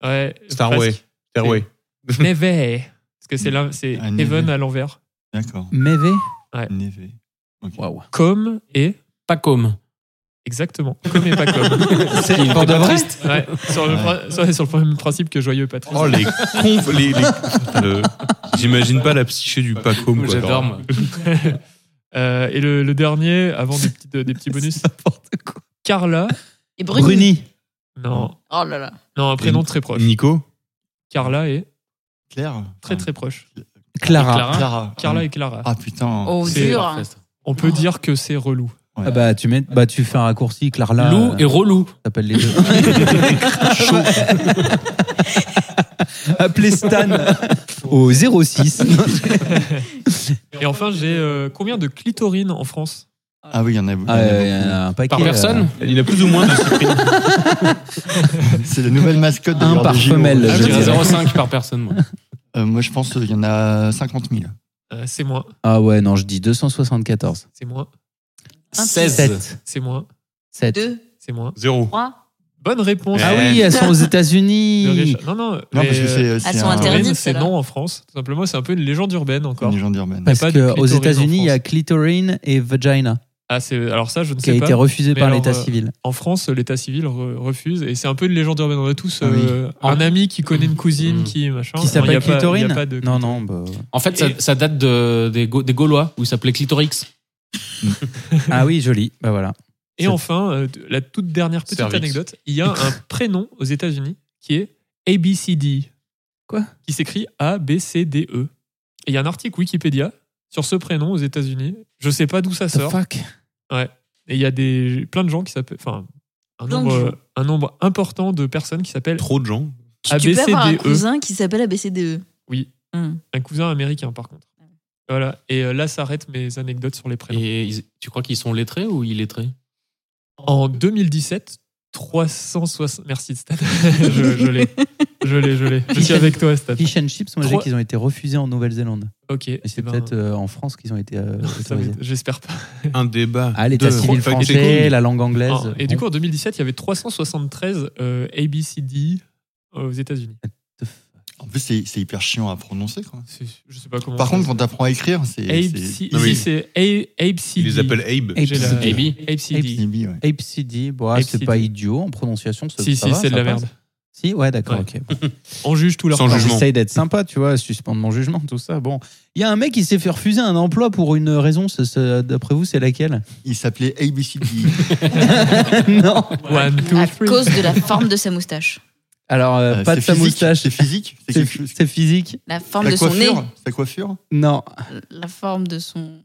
S2: Ouais,
S3: Starway.
S2: presque.
S3: Fairway.
S2: Neve. Parce que c'est là, c'est
S6: Ah,
S2: Heaven
S6: Neve.
S2: à l'envers.
S6: D'accord.
S1: Mévé.
S6: Névé.
S1: Waouh.
S2: Comme et.
S4: Pas comme.
S2: Exactement. Comme et pas comme.
S1: C'est pour de vrai.
S2: Ouais, sur, le, prin- sur- sur le même principe que Joyeux Patrice.
S3: Oh, les cons. les- les- Euh, J'imagine pas la psyché du Pacôme. quoi.
S4: J'adore,
S3: Alors,
S4: moi.
S2: Euh, et le, le dernier, avant des petits, des petits bonus, Carla.
S5: Et Bruni.
S1: Bruni.
S2: Non,
S5: Oh là là.
S2: non, un prénom très proche.
S3: Nico
S2: Carla est
S6: Claire.
S2: très très proche.
S1: Clara.
S4: Clara.
S6: Ah. Clara.
S2: Carla et Clara.
S6: Ah putain.
S5: Oh,
S2: C'est-
S5: dur.
S4: Parfait, ça.
S2: On peut dire que c'est relou.
S1: Ah bah tu mets, bah tu fais un raccourci. Clara.
S4: Lou
S1: euh,
S4: et Relou.
S1: T'appelles les deux. Appelez Stan. au 06.
S2: Et enfin, j'ai euh, combien de clitorines en France
S6: Ah oui, il y en a beaucoup. hein.
S1: Ah, euh, y en a un paquet,
S4: Par personne
S5: euh,
S3: Il y en a plus ou moins de cyprine.
S6: C'est la nouvelle mascotte d'ailleurs,
S1: par
S6: des JO.
S1: femelle,
S4: Ah,
S1: je
S4: Je dirais
S1: dirais.
S4: 0,5 par personne. Moi.
S6: Euh, moi, je pense qu'il y en a 50 000.
S2: Euh, C'est moins,
S1: euh. Ah ouais, non, je dis 274.
S2: c'est moins,
S5: 16.
S1: 7.
S2: c'est moins,
S1: 7.
S5: Deux,
S2: c'est moins.
S3: Zéro.
S5: trois.
S2: Bonne réponse.
S1: Ah oui, elles sont aux
S2: de
S1: États-Unis.
S2: Richard. Non, non,
S6: Non,
S2: mais,
S6: parce que
S2: euh,
S6: c'est. c'est
S5: sont
S6: un-
S5: interdites. Interdite,
S2: Clitorine, c'est
S5: celle-là.
S2: non en France. Tout simplement, c'est un peu une légende urbaine
S6: Une
S2: encore.
S6: légende urbaine.
S1: Parce
S2: pas de
S1: qu'aux
S2: clitoris en
S1: États-Unis, il y a
S2: France.
S1: clitorine et vagina
S2: Ah, c'est alors ça, je ne
S1: qui a
S2: sais pas.
S1: été refusé
S2: Mais
S1: par
S2: alors,
S1: l'État
S2: euh,
S1: civil.
S2: En France, l'État civil re- refuse et c'est un peu une légende urbaine. On a tous
S6: Ah oui.
S2: euh, un ami qui connaît une cousine
S4: Mm.
S2: qui machin.
S1: Qui
S2: Non, il y
S1: s'appelle
S2: a pas- il y a
S1: clitorine
S2: pas de-
S1: Non, non. bah,
S4: En fait, ça,
S2: Et-
S4: ça date de, des, Gau- des Gaulois où ils s'appelaient Clitorix.
S1: Ah oui, joli. Bah voilà.
S2: Et enfin, euh, la toute dernière petite
S3: Cervix.
S2: anecdote, il y a un prénom aux États-Unis qui est ABCD.
S1: Quoi
S2: Qui s'écrit A B C D E. Et il y a un article Wikipédia sur ce prénom aux États-Unis. Je sais pas d'où ça
S1: The
S2: sort.
S1: fuck
S2: Et il y a des plein de gens qui s'appellent, enfin un
S5: Plein de
S2: nombre, un nombre important de personnes qui s'appellent
S3: Trop de gens.
S5: Tu peux avoir un
S2: ABCDE.
S5: cousin qui s'appelle ABCDE.
S2: Oui,
S5: Hum.
S2: un cousin américain par contre.
S5: Ah
S2: Voilà. Et euh, là s'arrêtent mes anecdotes sur les prénoms.
S4: Et ils- tu crois qu'ils sont lettrés ou illettrés
S2: En 2017, 360. Merci Stan. je je l'ai, je l'ai, je l'ai. Je suis avec toi Stan.
S1: Fish and chips, moi j'ai
S2: Trois-
S1: qu'ils ont été refusés en Nouvelle-Zélande.
S2: Ok.
S1: Et c'est
S2: eh ben,
S1: peut-être euh, en France qu'ils ont été euh,
S2: ça
S1: autorisés.
S2: m'étonne. J'espère pas.
S3: Un débat.
S1: Ah, l'État
S3: Deux.
S1: civil
S3: Pas que des
S1: français,
S3: communes.
S1: la langue anglaise.
S2: Ah, et du
S1: Bon,
S2: coup, en 2017, il y avait 373 euh, ABCD E aux États-Unis.
S1: what the fuck.
S6: En plus, c'est c'est hyper chiant à prononcer. Quoi.
S2: C'est- Je sais pas comment.
S6: Par
S2: ça-
S6: contre, quand t'apprends à écrire, c'est.
S2: ABC,
S3: Non, mais-
S2: ici, E. c'est A- ABCD.
S3: Ils les appellent Abe.
S2: E. J'ai la-
S1: ABCD.
S4: AB.
S6: c'est-
S1: E.
S2: ABCD.
S6: Maybe, ouais.
S1: ABCD, bon, ah, c'est
S2: ABCD.
S1: pas idiot en prononciation. Ça,
S2: Si,
S1: ça
S2: si,
S1: va,
S2: c'est de
S1: ça
S2: la
S1: passe.
S2: merde.
S1: Si, ouais, d'accord,
S2: Ouais.
S1: ok.
S2: On juge tout leur
S3: Sans
S2: part.
S3: jugement.
S1: J'essaye d'être sympa, tu vois, suspendre mon jugement, tout ça. Bon, il y a un mec qui s'est fait refuser un emploi pour une raison, ce- ce- d'après vous, c'est laquelle
S6: Il s'appelait ABCD.
S1: Non
S2: One, two,
S5: À
S2: three.
S5: cause de la forme de sa moustache.
S1: Alors, euh,
S6: Euh,
S1: pas
S6: c'est
S1: de sa
S6: physique,
S1: moustache,
S6: C'est physique. C'est
S1: c'est
S6: quelque chose.
S1: c'est physique
S5: La forme
S6: La
S5: de son nez.
S6: coiffure. Sa coiffure.
S1: Non.
S5: La forme de son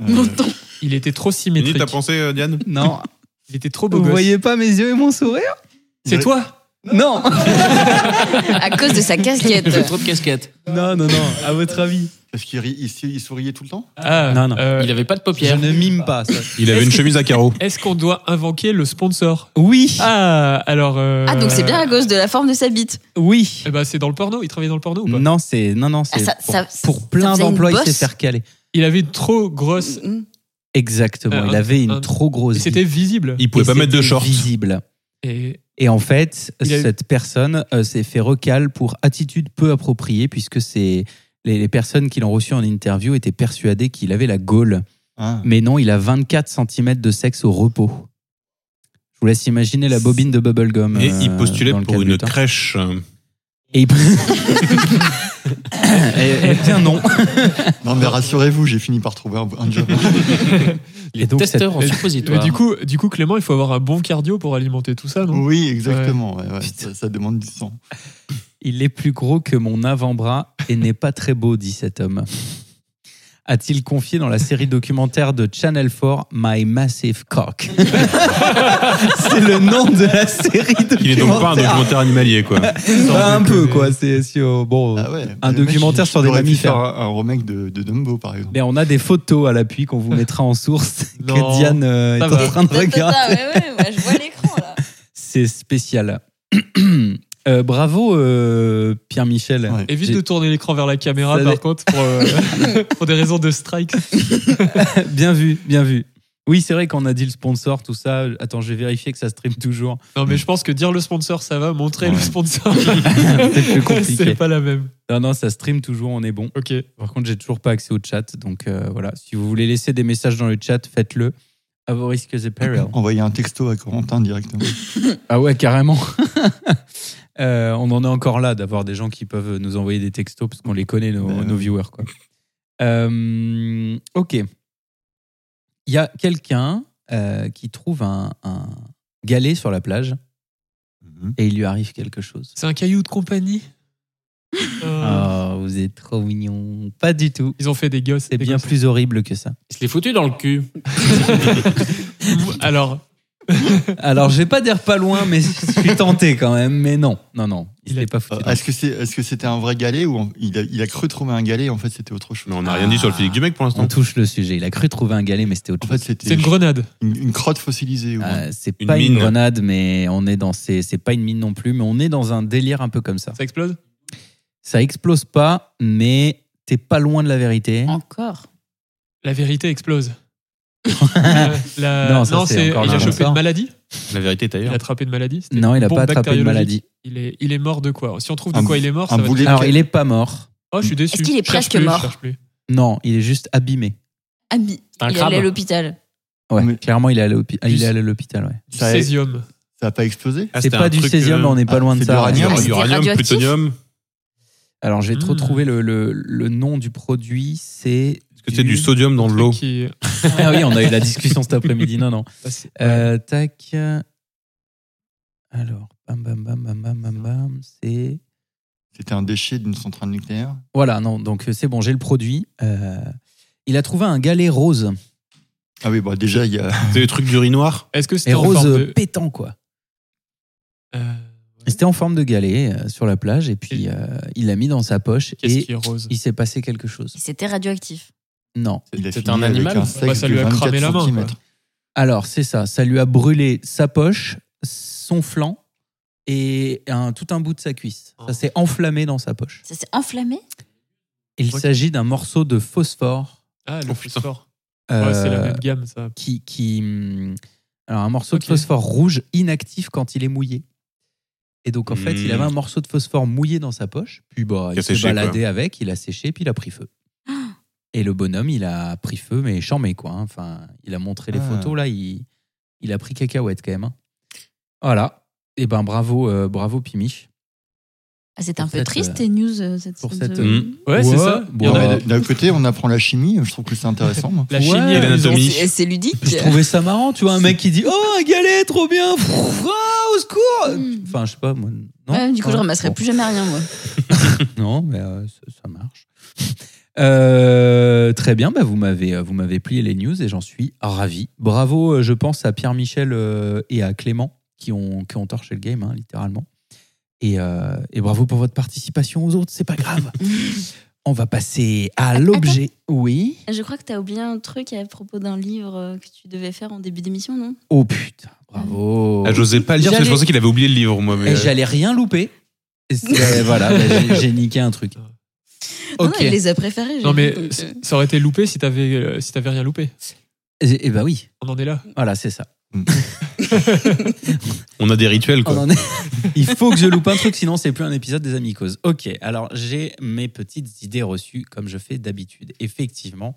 S6: Euh,
S5: menton.
S2: Il était trop
S3: Nini,
S2: symétrique.
S3: t'as pensé, euh, Diane
S1: Non.
S2: Il était trop beau
S1: Vous
S2: gosse.
S1: voyez pas mes yeux et mon sourire
S2: C'est toi
S1: Non
S5: À cause de sa casquette.
S4: J'ai trop de casquettes.
S1: Non, non, non, à votre avis
S6: Parce qu'il ri- il sou- il souriait tout le temps.
S2: Ah,
S1: Non, non.
S2: euh,
S4: Il avait pas de
S1: Je
S4: paupières.
S1: ne mime pas ça.
S3: Il avait
S2: Est-ce
S3: une
S2: que-
S3: chemise à carreaux.
S2: Est-ce qu'on doit invoquer le sponsor
S1: Oui
S2: Ah, alors. euh,
S5: Ah, donc c'est bien à cause de la forme de sa bite.
S1: Oui
S2: Eh ben, c'est dans le porno. Il travaillait dans le porno ou pas
S1: Non, c'est non, non, c'est
S5: Ah, ça-
S1: pour,
S5: ça-
S1: pour
S5: ça
S1: plein
S5: faisait une
S1: d'emplois, il s'est
S5: bosse
S1: fait recaler.
S2: Il avait une trop grosse.
S5: Mm.
S1: Exactement.
S2: Euh,
S1: il avait une
S2: un-
S1: trop grosse.
S2: Et c'était
S1: bite.
S2: visible.
S3: Il pouvait
S1: Et
S3: pas mettre de
S1: c'était
S3: shorts.
S1: Visible.
S2: Et
S1: Et en fait,
S2: Il a eu-
S1: cette personne euh, s'est fait recal pour attitude peu appropriée, puisque c'est les, les personnes qui l'ont reçu en interview étaient persuadées qu'il avait la gaule.
S6: Ah.
S1: Mais non, il a 24 cm de sexe au repos. Je vous laisse imaginer la bobine de bubblegum.
S3: Et
S1: euh,
S3: il postulait
S1: dans le
S3: pour
S1: calme
S3: une
S1: du temps.
S3: crèche. euh,
S1: Et il... Eh- eh bien non.
S6: Ah. Non, mais rassurez-vous, j'ai fini par trouver un, un job.
S4: Il est
S1: donc,
S4: testeur en
S2: cette-
S4: suppositoire.
S2: Mais
S1: hein.
S2: du coup, du coup, Clément, il faut avoir un bon cardio pour alimenter tout ça, non
S6: oui, exactement. ouais, ouais, ça, ça demande du sang.
S1: Il est plus gros que mon avant-bras et n'est pas très beau, dit cet homme. A-t-il confié dans la série documentaire de Channel 4 My Massive Cock C'est le nom de la série documentaire.
S3: Il est donc pas un documentaire animalier, quoi.
S1: Bah, un
S3: euh,
S1: peu, quoi. C'est si, oh, bon.
S6: Ah ouais,
S1: Un
S6: le mec,
S1: documentaire
S6: il-
S1: sur
S6: il
S1: des
S6: aurait pu
S1: mammifères.
S6: faire Un, un remake de, de Dumbo, par exemple.
S1: Mais on a des photos à l'appui qu'on vous mettra en source que
S2: Non,
S1: Diane euh, est
S2: ça
S1: en
S2: va.
S1: train de regarder.
S5: Ah, ouais, ouais, ouais, je vois l'écran là.
S1: C'est spécial. Euh, bravo, euh, Pierre-Michel.
S6: Ouais.
S2: Évite
S1: J'ai-
S2: de tourner l'écran vers la caméra,
S1: Ça
S2: par
S1: dé-
S2: contre, pour, euh, pour des raisons de strike.
S1: bien vu, bien vu. Oui, c'est vrai qu'on a dit le sponsor, tout ça. Attends, je vais vérifier que ça stream toujours.
S2: Non, mais je pense que dire le sponsor, ça va. Montrer le
S6: Ouais.
S2: sponsor,
S1: c'est plus
S2: c'est
S1: compliqué.
S2: pas la même.
S1: Non, non, ça stream toujours, on est bon.
S2: Ok.
S1: Par contre, j'ai toujours pas accès au chat. Donc euh, voilà, si vous voulez laisser des messages dans le chat, faites-le. À vos risques et périls.
S6: Envoyer un texto à Corentin directement.
S1: Ah ouais, carrément. Euh, on en est encore là d'avoir des gens qui peuvent nous envoyer des textos parce qu'on les connaît, nos,
S6: Ben,
S1: nos
S6: oui.
S1: viewers. Quoi. Euh, ok. Il y a quelqu'un euh, qui trouve un, un galet sur la plage et il lui arrive quelque chose.
S2: C'est un caillou de compagnie. Euh,
S1: Oh, vous êtes trop mignon. Pas du tout.
S2: Ils ont fait des gosses.
S1: C'est
S2: des
S1: bien
S2: gosses.
S1: plus horrible que ça.
S4: Il se l'est foutu dans le cul.
S2: Alors,
S1: Alors, j'ai pas d'air pas loin, mais je suis tenté quand même. Mais non, non, non, il
S2: Il
S1: n'est
S2: a-
S1: pas foutu.
S6: Euh, Est-ce que c'est, est-ce que c'était un vrai galet ou on- il a, il a cru trouver un galet en fait c'était autre chose
S3: Mais on n'a rien dit sur le physique du mec pour
S1: On
S3: l'instant.
S1: touche le sujet. Il a cru trouver un galet, mais c'était autre
S6: En
S1: chose.
S6: fait c'était
S2: C'est une grenade.
S6: une- une crotte fossilisée. ou-
S5: Ah,
S1: Euh, c'est
S3: Une
S1: pas une
S3: mine.
S1: grenade, mais on est dans ces. C'est pas une mine non plus, mais on est dans un délire un peu comme ça.
S2: Ça explose
S1: Ça explose pas, mais t'es pas loin de la vérité.
S5: Encore.
S2: La vérité explose. Euh, la-
S1: Non, ça, c'est
S2: c'est-
S1: encore
S2: il a
S1: un
S2: chopé
S1: ressort.
S2: une maladie
S3: La vérité est
S2: Il a
S3: ailleurs.
S2: attrapé une maladie C'était
S1: Non, il a
S2: une
S1: pas
S2: bombe
S1: attrapé de maladie.
S2: bactériologique. Il est, il est mort de quoi Si on trouve de
S6: Un
S2: quoi il est mort,
S6: un
S2: ça va.
S6: boulet de
S1: Alors,
S6: ca-
S1: il est pas mort.
S2: Oh, je suis déçu.
S5: Est-ce qu'il est
S2: Je cherche
S5: presque
S2: plus, je
S5: mort
S2: cherche plus.
S1: Non, il est juste abîmé.
S5: Ami.
S4: un
S5: Il est
S4: crabe.
S5: allé à l'hôpital.
S1: Ouais,
S6: Mais-
S1: clairement, il est allé au pi- il
S2: Juste-
S1: est allé à l'hôpital. Ouais.
S2: Du
S6: Ça est-
S2: césium.
S6: Ça a pas explosé
S3: Ah,
S1: c'est
S3: c'était
S1: pas
S3: un
S1: du
S3: truc,
S1: césium,
S3: euh,
S1: mais on n'est pas
S6: ah,
S1: loin de
S6: c'est
S1: ça.
S6: de l'uranium.
S1: ouais.
S5: C'était
S3: Uranium,
S5: radioactif
S3: plutonium.
S1: Alors, j'ai trop
S2: Mm.
S1: trouvé le, le- le nom du produit. C'est.
S3: Est-ce que c'est du sodium dans de
S2: Truc
S3: l'eau
S2: qui-
S1: Ah oui, on a eu la discussion cet après-midi. Non, non. Euh, tac. Alors, bam, bam, bam, bam, bam, bam, bam. C'est.
S6: C'était un déchet d'une centrale nucléaire.
S1: Voilà, non, donc euh, c'est bon, j'ai le produit. Euh, il a trouvé un galet rose.
S6: Ah oui bah déjà il y a
S3: C'est des trucs d'urinoir
S2: Est-ce que
S1: Et
S2: c'était en
S1: rose
S2: forme
S1: euh,
S2: de...
S1: pétant, quoi.
S2: Euh,
S1: C'était en forme de galet euh, sur la plage, et puis
S2: Et-
S1: euh, il l'a mis dans sa poche,
S2: Qu'est-ce
S1: et
S2: qui est rose
S1: il s'est passé quelque chose.
S5: Et C'était radioactif.
S1: Non.
S6: il a
S4: C'est
S6: fini
S4: un
S6: avec
S4: animal
S6: un sexe
S2: Bah, ça
S6: de
S2: lui a cramé
S6: 24
S2: la main, quoi.
S6: centimètres.
S1: Alors, c'est ça, ça lui a brûlé sa poche, son flanc, et un, tout un bout de sa cuisse.
S2: Oh.
S1: Ça s'est enflammé dans sa poche.
S5: Ça s'est enflammé
S1: Il
S2: Ok.
S1: s'agit d'un morceau de phosphore.
S2: Ah, le
S3: Oh, putain.
S2: phosphore. Ouais, c'est la
S1: euh,
S2: même gamme, ça.
S1: qui, qui hum, alors un morceau
S2: Ok.
S1: de phosphore rouge inactif quand il est mouillé. Et donc en fait,
S3: Hmm.
S1: il avait un morceau de phosphore mouillé dans sa poche, puis bah,
S3: Il
S1: il
S3: a
S1: s'est
S3: séché,
S1: baladé avec, il a séché, puis il a pris feu.
S2: Ah.
S1: Et le bonhomme, il a pris feu, mais charmé quoi. hein. Enfin, il a montré les
S6: Ah.
S1: photos là, il, il a pris cacahuète quand même. hein. Voilà. Et ben bravo, euh, bravo Pimiche.
S5: ah, C'était un
S1: Pour
S5: peu
S1: cette,
S5: triste,
S1: euh,
S5: tes news, euh, cette
S1: pour
S5: semaine
S1: cette,
S5: de-
S3: euh,
S2: Ouais, c'est ça. Il y en
S1: bon,
S2: avait
S1: euh,
S2: de-
S6: bah, D'un côté on apprend la chimie, je trouve que c'est intéressant. moi.
S2: La
S1: ouais,
S2: chimie
S1: et
S2: et
S3: l'anatomie.
S5: Et c'est- et c'est ludique.
S1: Je trouvais ça marrant, tu vois, un mec qui dit oh un galet, trop bien, Pfff, ah, au secours.
S5: Hmm.
S1: Enfin, je sais pas, moi, non.
S5: Ouais, du coup, je
S1: Ouais.
S5: ramasserai
S1: Bon.
S5: plus jamais rien, moi.
S1: Non, mais euh, ça, ça marche. Euh, très bien, bah, vous m'avez euh, vous m'avez plié les news et j'en suis ravi. Bravo, euh, je pense à Pierre Michel euh, et à Clément qui ont qui ont torché le game hein, littéralement. Et, euh, et bravo pour votre participation aux autres, c'est pas grave. On va passer à l'objet. Oui.
S5: Je crois que t'as oublié un truc à propos d'un livre euh, que tu devais faire en début d'émission, non
S1: Oh putain, bravo.
S3: Ah, J'osais pas le dire parce que je
S1: J'allais-
S3: pensais qu'il avait oublié le livre, moi. Mais
S1: Oh. Et j'allais rien louper. Et c'est- voilà, bah, j'ai- j'ai niqué un truc.
S5: Non,
S1: Ok.
S5: non, il les a préférés. j'ai
S2: Non,
S5: vu,
S2: mais
S5: donc, euh,
S2: c- ça aurait été loupé si t'avais euh, si t'avais rien loupé.
S1: Et, et bah oui,
S2: On en est là.
S1: voilà, c'est ça.
S3: on a des rituels,
S1: On
S3: quoi.
S1: en est- Il faut que je loupe un truc, sinon c'est plus un épisode des Amicos. Ok, alors j'ai mes petites idées reçues comme je fais d'habitude. Effectivement.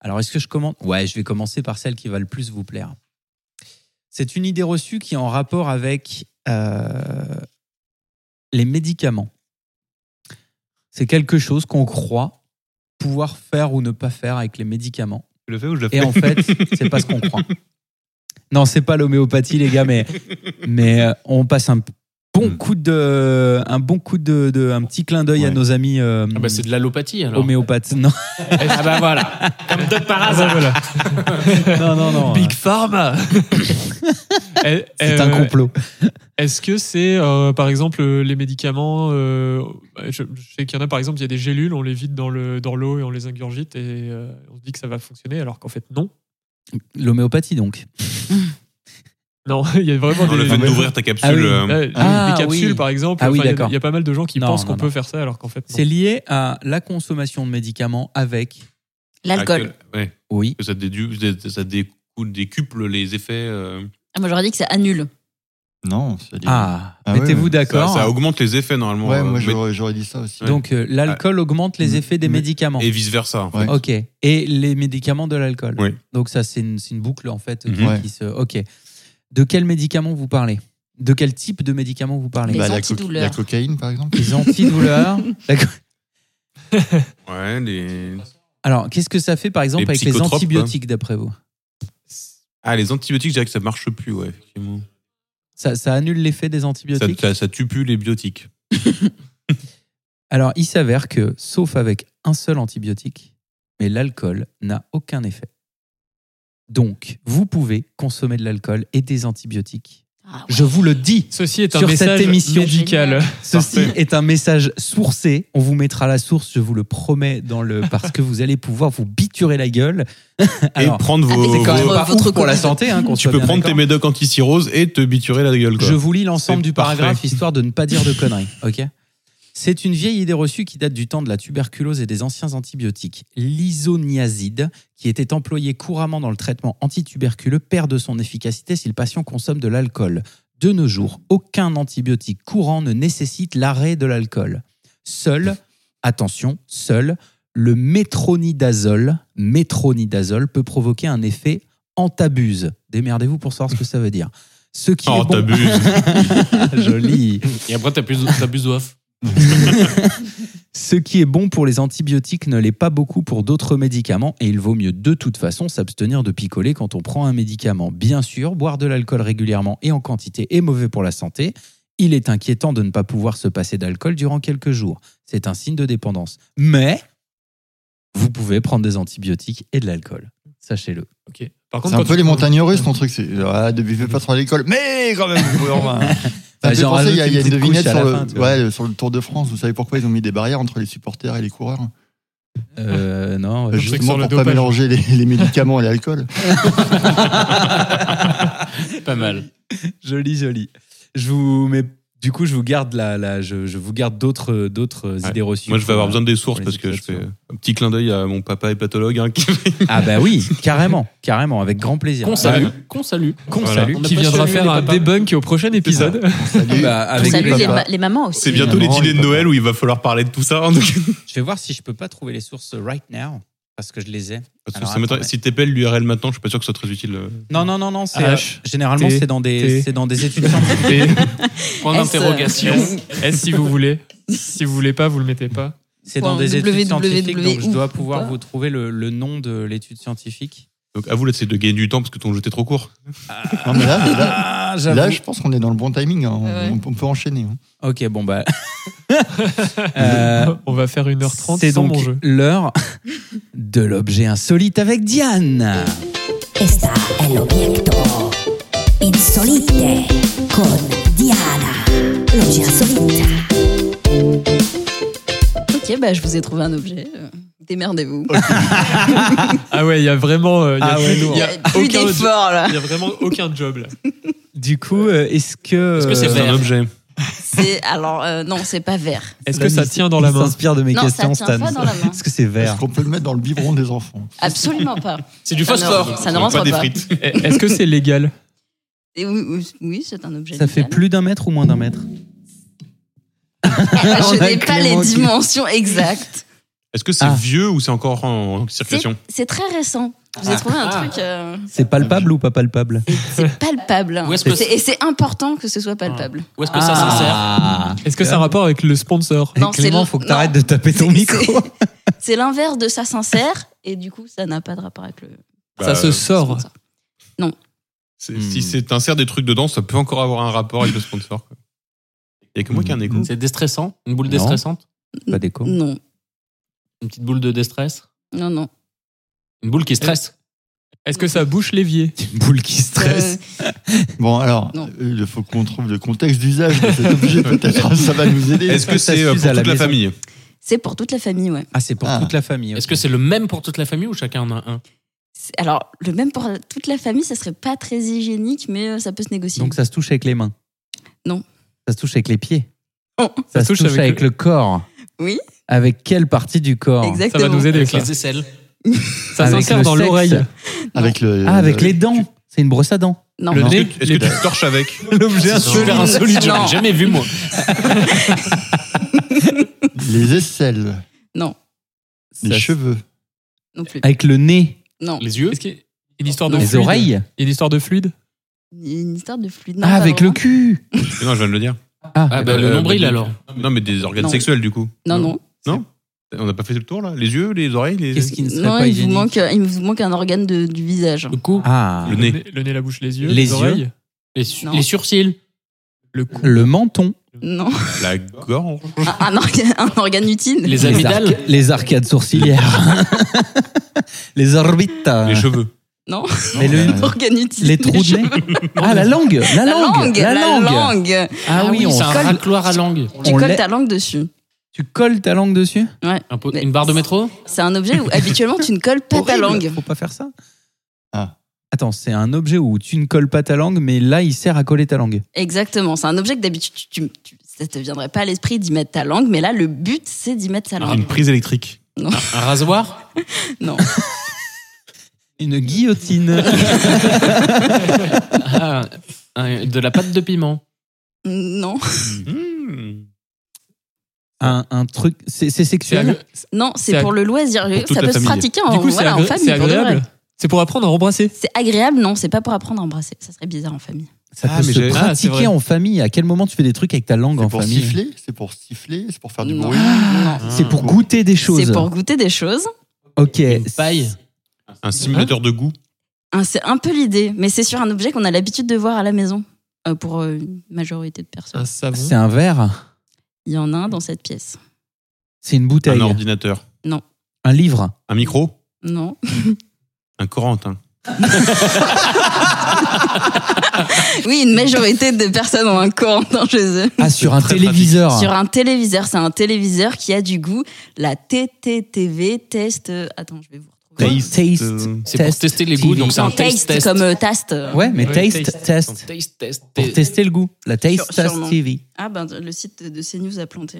S1: Alors est-ce que je commence Ouais, je vais commencer par celle qui va le plus vous plaire. C'est une idée reçue qui est en rapport avec euh, les médicaments. C'est quelque chose qu'on croit pouvoir faire ou ne pas faire avec les médicaments.
S3: Tu le fais ou je le fais
S1: Et en fait, c'est pas ce qu'on croit. Non, c'est pas l'homéopathie, les gars, mais, mais euh, on passe un bon
S3: Hmm.
S1: coup de, un bon coup de, de- un petit clin d'œil à
S6: Ouais.
S1: nos amis euh,
S4: Ah bah c'est de l'allopathie alors.
S1: homéopathes. Non,
S4: Ah bah voilà. Comme de par
S2: Ah, bah,
S4: hasard.
S2: voilà.
S1: non, non, non.
S2: Big Pharma Eh,
S1: C'est
S2: euh,
S1: un complot.
S2: Est-ce que c'est, euh, par exemple, euh, les médicaments euh, je, je sais qu'il y en a, par exemple, il y a des gélules, on les vide dans l'eau le, dans l'eau et on les ingurgite et euh, on se dit que ça va fonctionner, alors qu'en fait, non.
S1: L'homéopathie, donc.
S2: Non, il y a vraiment
S3: Non,
S2: des,
S3: le fait d'ouvrir
S1: Ah
S3: ta
S1: oui.
S3: capsule. euh,
S4: hum.
S2: Ouais, des-
S1: Ah,
S2: des capsules,
S1: oui.
S2: par exemple.
S1: Ah oui,
S2: Enfin, il y a-
S1: d'accord.
S2: Il y a pas mal de gens qui
S1: Non,
S2: pensent
S1: non,
S2: qu'on peut
S1: non.
S2: faire ça, alors qu'en fait, non.
S1: C'est lié à la consommation de médicaments avec,
S5: L'alcool.
S3: à quel- Ouais,
S1: oui,
S3: que ça, dédu... ça décou- décuple les effets. euh,
S5: Ah, moi, j'aurais dit que ça annule.
S6: Non, ça dit-
S1: ah,
S6: Ah oui,
S1: mettez-vous
S6: oui.
S3: Ça,
S1: d'accord.
S3: ça augmente les effets, normalement.
S6: Ouais,
S3: euh,
S6: moi
S3: mais-
S6: j'aurais j'aurais dit ça aussi.
S1: Donc euh, l'alcool augmente les
S6: Mais-
S1: effets des
S6: mais-
S1: médicaments.
S3: Et vice-versa.
S6: Ouais. Bah,
S1: Ok. Et les médicaments de l'alcool.
S3: Oui.
S1: Donc ça, c'est une, c'est une boucle en fait. qui-
S6: Mhm.
S1: qui se... Ok. De quel médicament vous parlez De quel type de médicament vous parlez
S5: Les
S6: Bah, la,
S5: antidouleurs.
S6: la cocaïne par exemple.
S1: Les antidouleurs. D'accord.
S3: Ouais, les...
S1: Alors, qu'est-ce que ça fait par exemple
S3: Les
S1: avec les
S3: psychotropes,
S1: antibiotiques d'après vous
S3: Ah, les antibiotiques, je dirais que ça marche plus, ouais, effectivement.
S1: ça, ça annule l'effet des
S3: Ça,
S1: antibiotiques
S3: ça, ça tue plus les biotiques.
S1: Alors, il s'avère que, sauf avec un seul antibiotique, mais l'alcool n'a aucun effet. Donc, vous pouvez consommer de l'alcool et des antibiotiques.
S5: Ah ouais.
S1: Je vous le dis.
S2: Ceci est un
S1: Sur cette
S2: message
S1: émission.
S2: médical.
S1: Ceci est un message sourcé. On vous mettra la source, je vous le promets, dans le parce que vous allez pouvoir vous biturer la gueule. Alors,
S3: et prendre
S5: Ah,
S3: vos.
S5: mais
S1: c'est quand même
S3: vos-
S1: pas
S5: votre
S1: ouf pour la
S5: Covid.
S1: santé. hein, qu'on
S3: Oh, Tu
S1: soit
S3: peux
S1: bien
S3: prendre tes
S1: d'accord.
S3: médocs anti-cirrhose et te biturer la gueule. Quoi.
S1: Je vous lis l'ensemble
S3: C'est
S1: du paragraphe
S3: parfait.
S1: histoire de ne pas dire de conneries. Ok. C'est une vieille idée reçue qui date du temps de la tuberculose et des anciens antibiotiques. L'isoniazide, qui était employé couramment dans le traitement antituberculeux, perd de son efficacité si le patient consomme de l'alcool. De nos jours, aucun antibiotique courant ne nécessite l'arrêt de l'alcool. Seul, attention, seul, le métronidazole, métronidazole peut provoquer un effet antabuse. Démerdez-vous pour savoir ce que ça veut dire. Ce qui
S3: Oh,
S1: est bon-
S3: t'abuses.
S1: Joli.
S4: Et après, t'as plus, t'as plus d'oif.
S1: Ce qui est bon pour les antibiotiques ne l'est pas beaucoup pour d'autres médicaments et il vaut mieux de toute façon s'abstenir de picoler quand on prend un médicament. Bien sûr, boire de l'alcool régulièrement et en quantité est mauvais pour la santé. Il est inquiétant de ne pas pouvoir se passer d'alcool durant quelques jours. C'est un signe de dépendance. Mais vous pouvez prendre des antibiotiques et de l'alcool. Sachez-le.
S2: Ok. Par
S6: C'est un
S2: quand
S6: peu
S2: tu-
S6: les montagnes russes, ton truc. C'est genre, ah, ne buvez pas trop à l'école, mais quand même, vous pouvez en boire. Ça me fait
S1: J'en
S6: penser, il y
S1: Bah,
S6: a,
S1: rajoute
S6: il y a
S1: une
S6: une
S1: petite
S6: devinette
S1: couche à
S6: sur
S1: la
S6: le,
S1: fin, tu vois.
S6: ouais, sur le Tour de France. Vous savez pourquoi ils ont mis des barrières entre les supporters et les coureurs
S1: Euh, non, ouais.
S2: Je sais que
S6: Justement
S2: sur le
S6: pour pas
S2: dopage.
S6: mélanger les, les médicaments et l'alcool.
S4: Pas mal.
S1: Joli, joli. Je vous mets. Du coup, je vous garde la, la- je, je vous garde d'autres, d'autres
S3: Ouais.
S1: idées reçues.
S3: Moi, je vais avoir besoin des sources
S1: pour les
S3: parce que je fais
S1: épisodes
S3: un petit clin d'œil à mon papa hépatologue hein, qui
S1: Ah bah oui, carrément, carrément, avec grand plaisir.
S4: Qu'on salue. Qu'on salue.
S1: Qu'on
S3: Voilà.
S1: salue.
S4: On a
S2: Qui
S4: pas
S2: viendra
S4: salué
S2: faire
S4: les
S2: un
S4: papas.
S2: debunk au prochain épisode.
S6: Salut.
S1: Bah,
S5: On
S1: avec
S5: salue
S1: les
S5: les,
S1: papas.
S5: ma- les mamans aussi.
S3: C'est bientôt les
S6: Maman,
S3: dîners
S6: il
S3: de
S6: peut
S3: Noël où il va falloir parler de tout ça. hein, donc-
S1: Je vais voir si je peux pas trouver les sources right now parce que je les ai.
S3: Parce que
S1: Alors,
S3: ça m'étonnerait-
S1: attends,
S3: si t'épelles l'URL maintenant, je suis pas sûr que ce soit très utile. euh.
S1: Non non non non, c'est
S2: H,
S1: euh, généralement
S2: T,
S1: c'est dans des
S2: T.
S1: c'est dans des études scientifiques.
S4: Point
S5: S, euh,
S4: d'interrogation.
S2: Est-ce si vous voulez Si vous voulez pas, vous le mettez pas.
S1: C'est dans des études
S5: www
S1: scientifiques donc je
S5: ou
S1: dois pouvoir
S5: pas.
S1: vous trouver le, le nom de l'étude scientifique.
S3: Donc, à vous, là, c'est de gagner du temps parce que ton jeu était trop court.
S6: Non, mais là, là,
S1: Ah,
S6: là, je pense qu'on est dans le bon timing. hein. On,
S5: Ouais.
S6: on peut- on peut enchaîner. hein.
S1: OK, bon bah Euh,
S2: On va faire 1h30
S1: C'est
S2: sans
S1: donc
S2: mon jeu.
S1: l'heure de l'objet insolite avec Diane.
S11: Esta è l'obietto insolite con Diana, l'obietto insolita.
S5: Ok, bah, je vous ai trouvé un objet. euh, Démerdez-vous.
S2: Ah ouais, il y a vraiment. euh, il y a
S1: Ah
S2: plus
S1: ouais, hein.
S2: de-
S1: non.
S2: il y a
S5: Plus
S2: aucun-
S5: d'efforts là.
S2: Il y a vraiment aucun job là.
S1: Du coup, euh, est-ce que
S4: Est-ce que c'est
S1: euh,
S3: C'est un
S4: Vert.
S3: objet.
S5: C'est alors euh, non, c'est pas vert.
S2: Est-ce que ça tient dans la
S1: Il
S2: main
S1: s'inspire de mes
S5: Non, ça
S1: questions,
S5: tient pas
S1: Stan.
S5: dans la main.
S1: Est-ce que c'est
S6: Est-ce
S1: vert
S6: qu'on peut le mettre dans le biberon des enfants
S5: Absolument pas.
S4: C'est du
S5: Ça ne-
S4: phosphore.
S5: Ça ne
S3: Donc,
S5: rentre
S3: pas
S5: pas.
S3: des frites.
S1: Eh,
S2: Est-ce que c'est légal
S5: Et oui, oui, oui, c'est un objet.
S1: Ça fait
S5: légal.
S1: plus d'un mètre ou moins d'un mètre
S5: Je
S1: On a
S5: n'ai pas les
S1: Clément qui-
S5: dimensions exactes.
S3: Est-ce que c'est
S1: Ah.
S3: vieux ou c'est encore en, en
S5: C'est
S3: circulation
S5: c'est très récent. Vous avez trouvé un
S4: Ah.
S5: truc euh,
S1: C'est palpable ou pas palpable
S5: palpable. hein.
S4: Où est-ce Ah. que-
S5: C'est- Et c'est important que ce soit palpable.
S4: Où est-ce que
S1: Ah.
S4: ça s'insère
S2: Est-ce que ça a un rapport avec le sponsor
S5: Non, c'est
S1: Clément,
S5: le-
S1: faut que
S5: non.
S1: t'arrêtes de taper ton micro.
S5: C'est l'inverse de ça sincère et du coup ça n'a pas de rapport avec le.
S2: Ça se
S4: euh,
S3: Bah,
S2: sort.
S5: sponsor.
S3: c'est-
S1: Hmm.
S3: Si c'est t'insères des trucs dedans, ça peut encore avoir un rapport avec le sponsor. quoi. Il y a que moi qui ai un écho.
S4: C'est déstressant. Une boule
S1: Non.
S4: déstressante.
S1: Pas d'écho.
S5: Non,
S4: Une petite boule de déstress.
S5: non, non.
S4: Une boule qui stresse.
S2: Est-ce que ça bouche l'évier
S1: Une boule qui stresse.
S5: Euh,
S6: Bon, alors,
S5: Non.
S6: euh, il faut qu'on trouve le contexte d'usage de cet objet. Peut-être ça va nous aider.
S3: Est-ce que
S1: Ça
S3: c'est euh,
S1: s'use
S3: pour
S1: à la
S3: toute la
S1: maison.
S3: famille
S5: c'est pour toute la famille, ouais.
S1: Ah, c'est pour
S6: Ah.
S1: toute la famille. ok.
S4: Est-ce que c'est le même pour toute la famille ou chacun en a un
S5: C'est- Alors le même pour toute la famille, ça serait pas très hygiénique, mais euh, ça peut se négocier.
S1: Donc ça se touche avec les mains
S5: Non.
S1: Ça se touche avec les pieds
S5: Non.
S1: Ça, se touche, avec, le... corps
S5: Oui.
S1: Avec quelle partie du corps
S2: Ça
S5: Exactement.
S2: va nous aider
S4: Avec
S2: ça.
S4: les aisselles.
S2: Ça
S1: Avec
S2: s'insère
S1: le
S2: dans
S1: sexe.
S2: l'oreille.
S6: Avec le.
S1: Ah, avec les dents. C'est une brosse à dents.
S5: Non.
S2: Le
S6: Non.
S2: nez
S3: Est-ce que tu te torches avec
S1: L'objet
S4: C'est super insolite, j'en
S5: Non.
S4: ai jamais vu moi.
S6: euh, Les aisselles, les cheveux.
S5: non plus.
S1: Avec le nez.
S5: Non.
S4: Les yeux
S2: Est-ce qu'il y a une histoire de
S5: Non.
S1: les
S2: fluide
S1: oreilles.
S2: Il y a une histoire de fluide
S5: Une histoire de fluide. Non,
S1: Ah,
S5: pas
S1: avec le
S5: vraiment.
S1: cul.
S3: Mais Non, je viens de le dire.
S1: Ah,
S4: Ah bah
S3: Euh,
S4: le nombril
S3: bah,
S4: alors.
S3: Non, mais des organes
S5: Non.
S3: sexuels du coup.
S5: Non, non.
S3: On n'a pas fait le tour là Les yeux, les oreilles les...
S1: qu'est-ce qui ne serait
S5: Non,
S1: pas
S5: il vous,
S1: hygiénique
S5: manque, il vous manque un organe de- du visage.
S4: Le cou,
S1: Ah,
S3: Le nez.
S2: Le nez, la bouche, les yeux.
S1: Les
S2: Les,
S1: yeux.
S2: oreilles.
S4: les, su-
S5: Non.
S4: les sourcils.
S2: Le cou.
S1: le menton.
S5: Non,
S3: La gorge
S5: un, un orga- un organe utile.
S4: Les
S1: Les,
S4: amygdales.
S1: arca- les arcades sourcilières. les orbites.
S3: Euh, Les cheveux
S5: Non.
S1: Mais le-
S5: L'organitisme.
S1: les trous de nez Ah, la langue La langue
S5: La langue.
S1: Ah oui, on
S4: c'est un
S5: colle-
S4: racloir à langue.
S5: Tu
S1: On
S5: colles
S1: l'a-
S5: ta langue dessus.
S1: Tu colles ta langue dessus
S5: Ouais.
S4: Un po-
S5: Mais-
S4: Une barre de métro
S5: C'est un objet où habituellement tu ne colles pas ta
S1: Horrible,
S5: langue.
S1: Faut pas faire ça.
S6: Ah.
S1: Attends, c'est un objet où tu ne colles pas ta langue, mais là, il sert à coller ta langue.
S5: Exactement. C'est un objet que d'habitude tu, tu- tu- ça te viendrait pas à l'esprit d'y mettre ta langue, mais là le but c'est d'y mettre sa langue.
S2: Ah.
S3: Une prise électrique.
S4: Un rasoir
S5: Non.
S1: Une guillotine.
S4: Ah, un- De la pâte de piment.
S5: Non.
S3: Mmh.
S1: un, un truc. C'est c'est
S2: C'est
S1: sexuel
S2: agré-
S5: Non, c'est
S2: C'est
S5: pour le loisir.
S3: Pour toute
S5: ça peut
S3: la
S5: se
S3: famille.
S5: pratiquer
S2: Du
S5: en,
S2: coup, c'est
S5: voilà, en
S2: agré-
S5: famille.
S2: c'est
S5: pour de vrai.
S2: agréable. C'est pour apprendre à embrasser.
S5: C'est agréable, non, c'est pas pour apprendre à embrasser. Ça serait bizarre en famille.
S1: Ça
S3: Ah,
S1: peut
S3: mais
S1: se
S3: j'ai- ah,
S2: c'est
S1: pratiquer
S2: vrai.
S1: en famille. À quel moment tu fais des trucs avec ta langue en
S6: C'est pour
S1: famille
S6: siffler, c'est pour siffler, c'est pour faire du
S5: Non. Ah,
S6: bruit.
S5: Non.
S1: C'est pour goûter des choses.
S5: C'est pour goûter des choses.
S1: Ok.
S4: Une paille.
S3: Un simulateur de goût.
S5: Hein, C'est un peu l'idée, mais c'est sur un objet qu'on a l'habitude de voir à la maison euh, pour euh, une majorité de personnes.
S2: Un savon.
S1: C'est un verre. Ah.
S5: Il y en a un dans cette pièce.
S1: C'est une
S3: Un
S2: Hein?
S1: bouteille. Un,
S3: ordinateur.
S1: livre.
S3: Un micro.
S5: Non.
S3: Un Corentin.
S5: Oui, une majorité de personnes ont un Corentin chez eux.
S1: Ah, sur un
S3: très
S1: téléviseur.
S5: Sur un téléviseur, c'est un téléviseur qui a du goût. La TTTV test. euh, Attends, je vais vous retrouver.
S1: Taste.
S3: Euh,
S4: C'est pour tester les goûts,
S1: TV.
S4: donc c'est un
S5: Non, taste,
S4: taste test.
S5: comme euh, taste. euh.
S1: Ouais, mais
S2: Ouais,
S1: taste,
S2: taste.
S1: test.
S4: Taste test.
S1: Pour tester le goût. La Taste
S5: Sur-
S1: Test
S5: sûrement.
S1: TV.
S5: Ah ben le site de CNews a planté.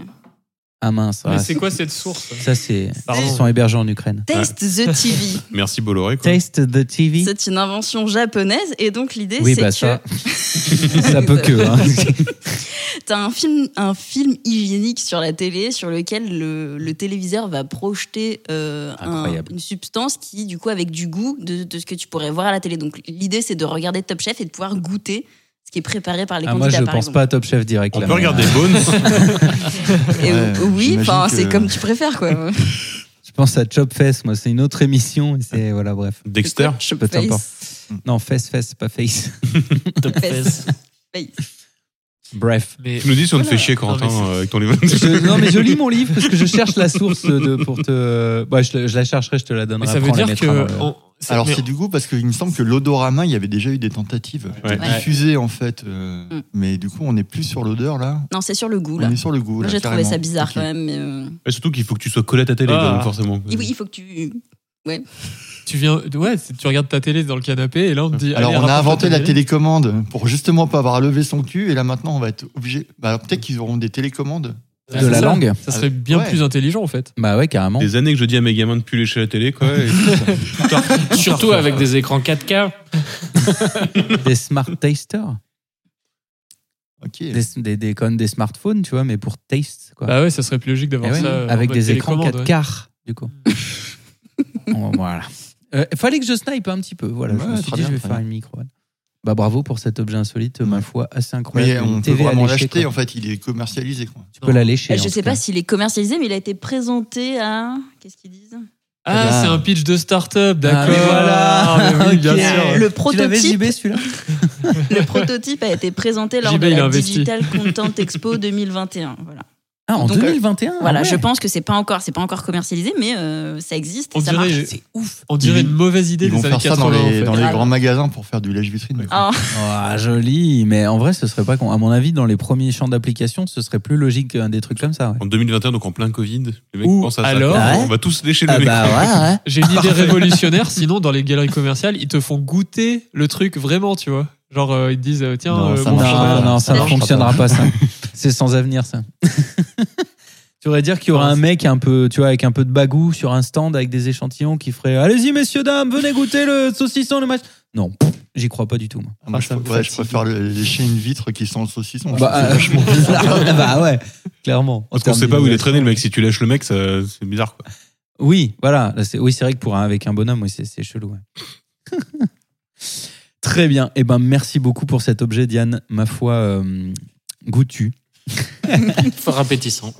S1: Ah mince.
S2: Mais
S1: ouais,
S2: c'est quoi cette source
S1: Ça, c'est.
S2: Pardon.
S1: Ils sont hébergés en Ukraine.
S5: Taste the TV.
S3: Merci Bolloré. quoi.
S1: Taste the TV.
S5: C'est une invention japonaise et donc l'idée
S1: Oui,
S5: c'est
S1: bah
S5: que
S1: ça. ça peut que. hein.
S5: t'as un film, un film hygiénique sur la télé sur lequel le, le téléviseur va projeter euh, un-
S1: Incroyable.
S5: une substance qui du coup avec du goût de, de ce que tu pourrais voir à la télé. Donc l'idée c'est de regarder Top Chef et de pouvoir goûter ce qui est préparé par les
S1: Ah, moi,
S5: candidats
S1: je
S5: par
S1: pense
S5: exemple.
S1: pas à Top Chef direct.
S3: On
S1: là,
S3: peut
S1: mais,
S3: regarder
S1: euh,
S3: Bones.
S5: Et,
S6: Ouais,
S5: euh, oui,
S6: j'imagine
S5: enfin
S6: que-
S5: c'est comme tu préfères quoi.
S1: Je pense à Chop Fest. Moi, c'est une autre émission. Et c'est. Voilà, bref.
S3: Dexter.
S5: Je
S1: Peu
S5: face,
S1: importe. Non, Fest, Fest, pas Face.
S4: Top
S5: face,
S4: face.
S5: face.
S1: Bref.
S2: Mais
S3: Tu nous dis si on te
S2: Voilà.
S3: fait chier, Corentin,
S2: Non, mais
S3: euh, avec ton livre.
S1: Je- non, mais je lis mon livre parce que je cherche la source de, pour te. Bah, je, je la chercherai, je te la
S2: Mais
S1: donnerai.
S2: ça
S1: après,
S2: veut
S1: on la
S2: dire
S1: mettra
S2: que.
S1: dans le-
S2: on-
S6: Alors
S2: mais-
S6: c'est du goût parce qu'il me semble que l'odorama, il y avait déjà eu des tentatives
S3: Ouais.
S5: Ouais.
S6: diffusées en fait, euh,
S5: Mm.
S6: mais du coup on n'est plus sur l'odeur là.
S5: Non, c'est sur le goût
S6: On
S5: là.
S6: est sur le goût.
S5: Moi
S6: là,
S5: j'ai trouvé
S6: carrément.
S5: ça bizarre
S6: Ok.
S5: quand même. Mais euh,
S3: Et surtout qu'il faut que tu sois collé à ta télé,
S2: Ah.
S3: donc, forcément.
S5: il- il faut que tu
S2: Tu viens, ouais, c'est- tu regardes ta télé dans le canapé et là on te dit.
S6: Alors
S2: allez,
S6: on a
S2: rapporte
S6: inventé
S2: ta
S6: la télécommande pour justement pas avoir à lever son cul et là maintenant on va être obligé. Bah, alors, peut-être qu'ils auront des télécommandes.
S2: Ah,
S1: de
S2: c'est
S1: la
S2: ça.
S1: langue.
S2: Ça serait bien
S6: Ouais.
S2: plus intelligent en fait.
S1: Bah ouais, carrément.
S3: Des années que je dis à mes gamins de puller chez la télé, quoi. et-
S4: Surtout avec des écrans 4K.
S1: Des smart tasters.
S6: Ok.
S1: Des, des, des, quand même des smartphones, tu vois, mais pour taste, quoi.
S2: Bah ouais, ça serait plus logique
S1: Eh
S2: d'avoir
S1: ouais,
S2: ça. euh,
S1: avec
S2: en mode
S1: des écrans
S2: télécommande,
S1: 4
S2: ouais.
S1: quarts, du coup. Bon, voilà. Euh, fallait que je snipe un petit peu. Voilà, je
S6: Ouais,
S1: me suis
S6: très
S1: dit,
S6: bien,
S1: je vais
S6: très
S1: faire
S6: bien.
S1: une micro. ouais. Bah bravo pour cet objet insolite, ma foi, assez
S6: Mais
S1: incroyable. Une
S6: on peut
S1: TV à
S6: vraiment
S1: lécher,
S6: l'acheter
S1: quoi.
S6: en fait, il est commercialisé quoi.
S1: Tu peux la lécher.
S5: Eh, je
S1: en
S5: sais
S1: tout
S5: pas
S1: cas.
S5: s'il est commercialisé, mais il a été présenté à. Qu'est-ce qu'ils disent
S2: Ah, c'est un pitch de start-up,
S1: Ah,
S2: d'accord.
S1: mais voilà.
S2: Ah, mais oui, bien
S1: Ok.
S2: sûr.
S5: Le
S1: Tu l'avais
S5: prototype,
S1: JB celui-là
S5: le prototype a été présenté lors
S2: JB,
S5: de
S2: il a
S5: la
S2: investi.
S5: Digital Content Expo 2021. Voilà,
S1: Ah, en
S5: Donc, euh,
S1: 2021
S5: voilà
S1: ah ouais.
S5: je pense que c'est pas encore, c'est pas encore commercialisé, mais euh, ça existe et
S2: On
S5: ça
S2: dirait-
S5: marche.
S1: C'est ouf.
S2: On dirait
S6: Ils-
S2: une mauvaise idée
S6: Ils vont
S2: des années
S6: faire ça dans
S2: 80. en
S6: les,
S2: fait.
S6: dans les
S5: Grave.
S6: grands magasins pour faire du lèche-vitrine.
S5: Ah,
S1: Ah, joli, mais en vrai, ce serait pas con. À mon avis, dans les premiers champs d'application, ce serait plus logique qu'un des trucs comme ça. Ouais.
S3: En 2021, donc en plein Covid, les mecs
S2: Ou
S3: pensent à ça.
S2: alors- bah,
S3: quoi.
S1: Ah ouais
S3: on va tous lécher le mec.
S1: ouais, ouais.
S2: J'ai une idée révolutionnaire, sinon dans les galeries commerciales, ils te font goûter le truc vraiment, tu vois. Genre euh, ils te disent euh, tiens,
S6: Non,
S2: euh,
S6: ça
S2: bon,
S6: marche
S2: j'en ai-
S1: Non,
S6: pas.
S1: non, ça
S6: Ça
S1: ne
S6: marchera
S1: fonctionnera pas, ça. C'est sans avenir, ça. tu aurais dire qu'il y aurait
S2: Non,
S1: un
S2: c'est-
S1: mec un peu, tu vois, avec un peu de bagou sur un stand avec des échantillons qui ferait Allez-y, messieurs, dames, venez goûter le saucisson, le match. Non, pff, j'y crois pas du tout. moi.
S6: Moi,
S2: Ah,
S6: je,
S2: ça me
S6: préfère- ouais, je
S2: fatigue.
S6: préfère le- lécher une vitre qui sent le saucisson.
S1: Bah, euh, bah ouais, clairement.
S3: Parce qu'on sait pas où il est traîné, le mec. Si tu lèches le mec, ça- c'est bizarre, quoi.
S1: Oui, voilà. Là, c'est- Oui, c'est vrai que pour un, avec un bonhomme, oui, c'est c'est chelou. ouais. Très bien. Eh ben, merci beaucoup pour cet objet, Diane. Ma foi, euh, goûtu.
S4: Fort appétissant.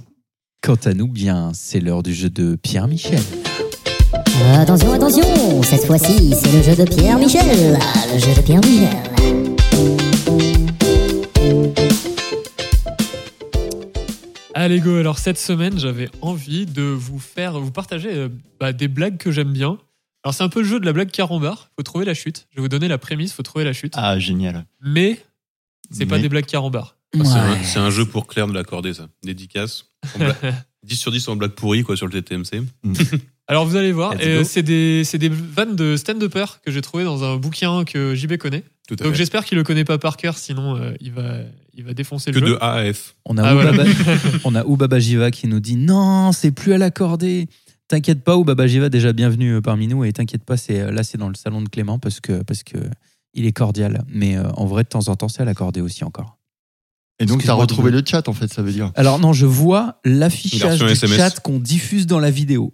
S1: Quant à nous, bien, c'est l'heure du jeu de Pierre Michel.
S11: Attention, attention, cette fois-ci, c'est le jeu de Pierre Michel. Ah, Le jeu de Pierre Michel.
S2: Allez go, alors cette semaine j'avais envie de vous faire, vous partager euh, bah, des blagues que j'aime bien. Alors c'est un peu le jeu de la blague carambar. Faut trouver la chute. Je vais vous donner la prémisse. Faut trouver la chute.
S6: Ah, génial.
S2: Mais c'est pas
S6: Mais-
S2: des blagues carambar.
S3: Ah, c'est un-
S1: Ouais.
S3: C'est un, jeu pour Claire de l'accorder, ça. Dédicace. En bla- 10 sur 10 en blague pourrie, quoi, sur le TTMC.
S2: Alors vous allez voir,
S3: Let's
S2: euh,
S3: go.
S2: c'est des, c'est des vannes de stand-upper que j'ai trouvé dans un bouquin que JB connaît.
S3: Tout à
S2: Donc
S3: fait.
S2: j'espère qu'il le connaît pas par cœur, sinon euh, il va il va défoncer
S3: Que
S2: le
S3: de
S2: jeu.
S3: A à F.
S1: On a,
S2: Ah,
S1: Oubaba-
S2: voilà.
S1: on a Oubaba Jiva qui nous dit Non, c'est plus à l'accordé. T'inquiète pas, Oubaba Jiva, déjà bienvenue euh, parmi nous. Et t'inquiète pas, c'est, euh, là, c'est dans le salon de Clément parce que, parce que il est cordial. Mais euh, en vrai, de temps en temps, c'est à l'accordé aussi encore.
S6: Et donc, t'as
S1: Excuse-moi,
S6: retrouvé
S1: Doudou.
S6: le chat, en fait, ça veut dire.
S1: Alors, non, je vois
S3: Une
S1: l'affichage
S3: version
S1: du
S3: SMS.
S1: chat qu'on diffuse dans la vidéo.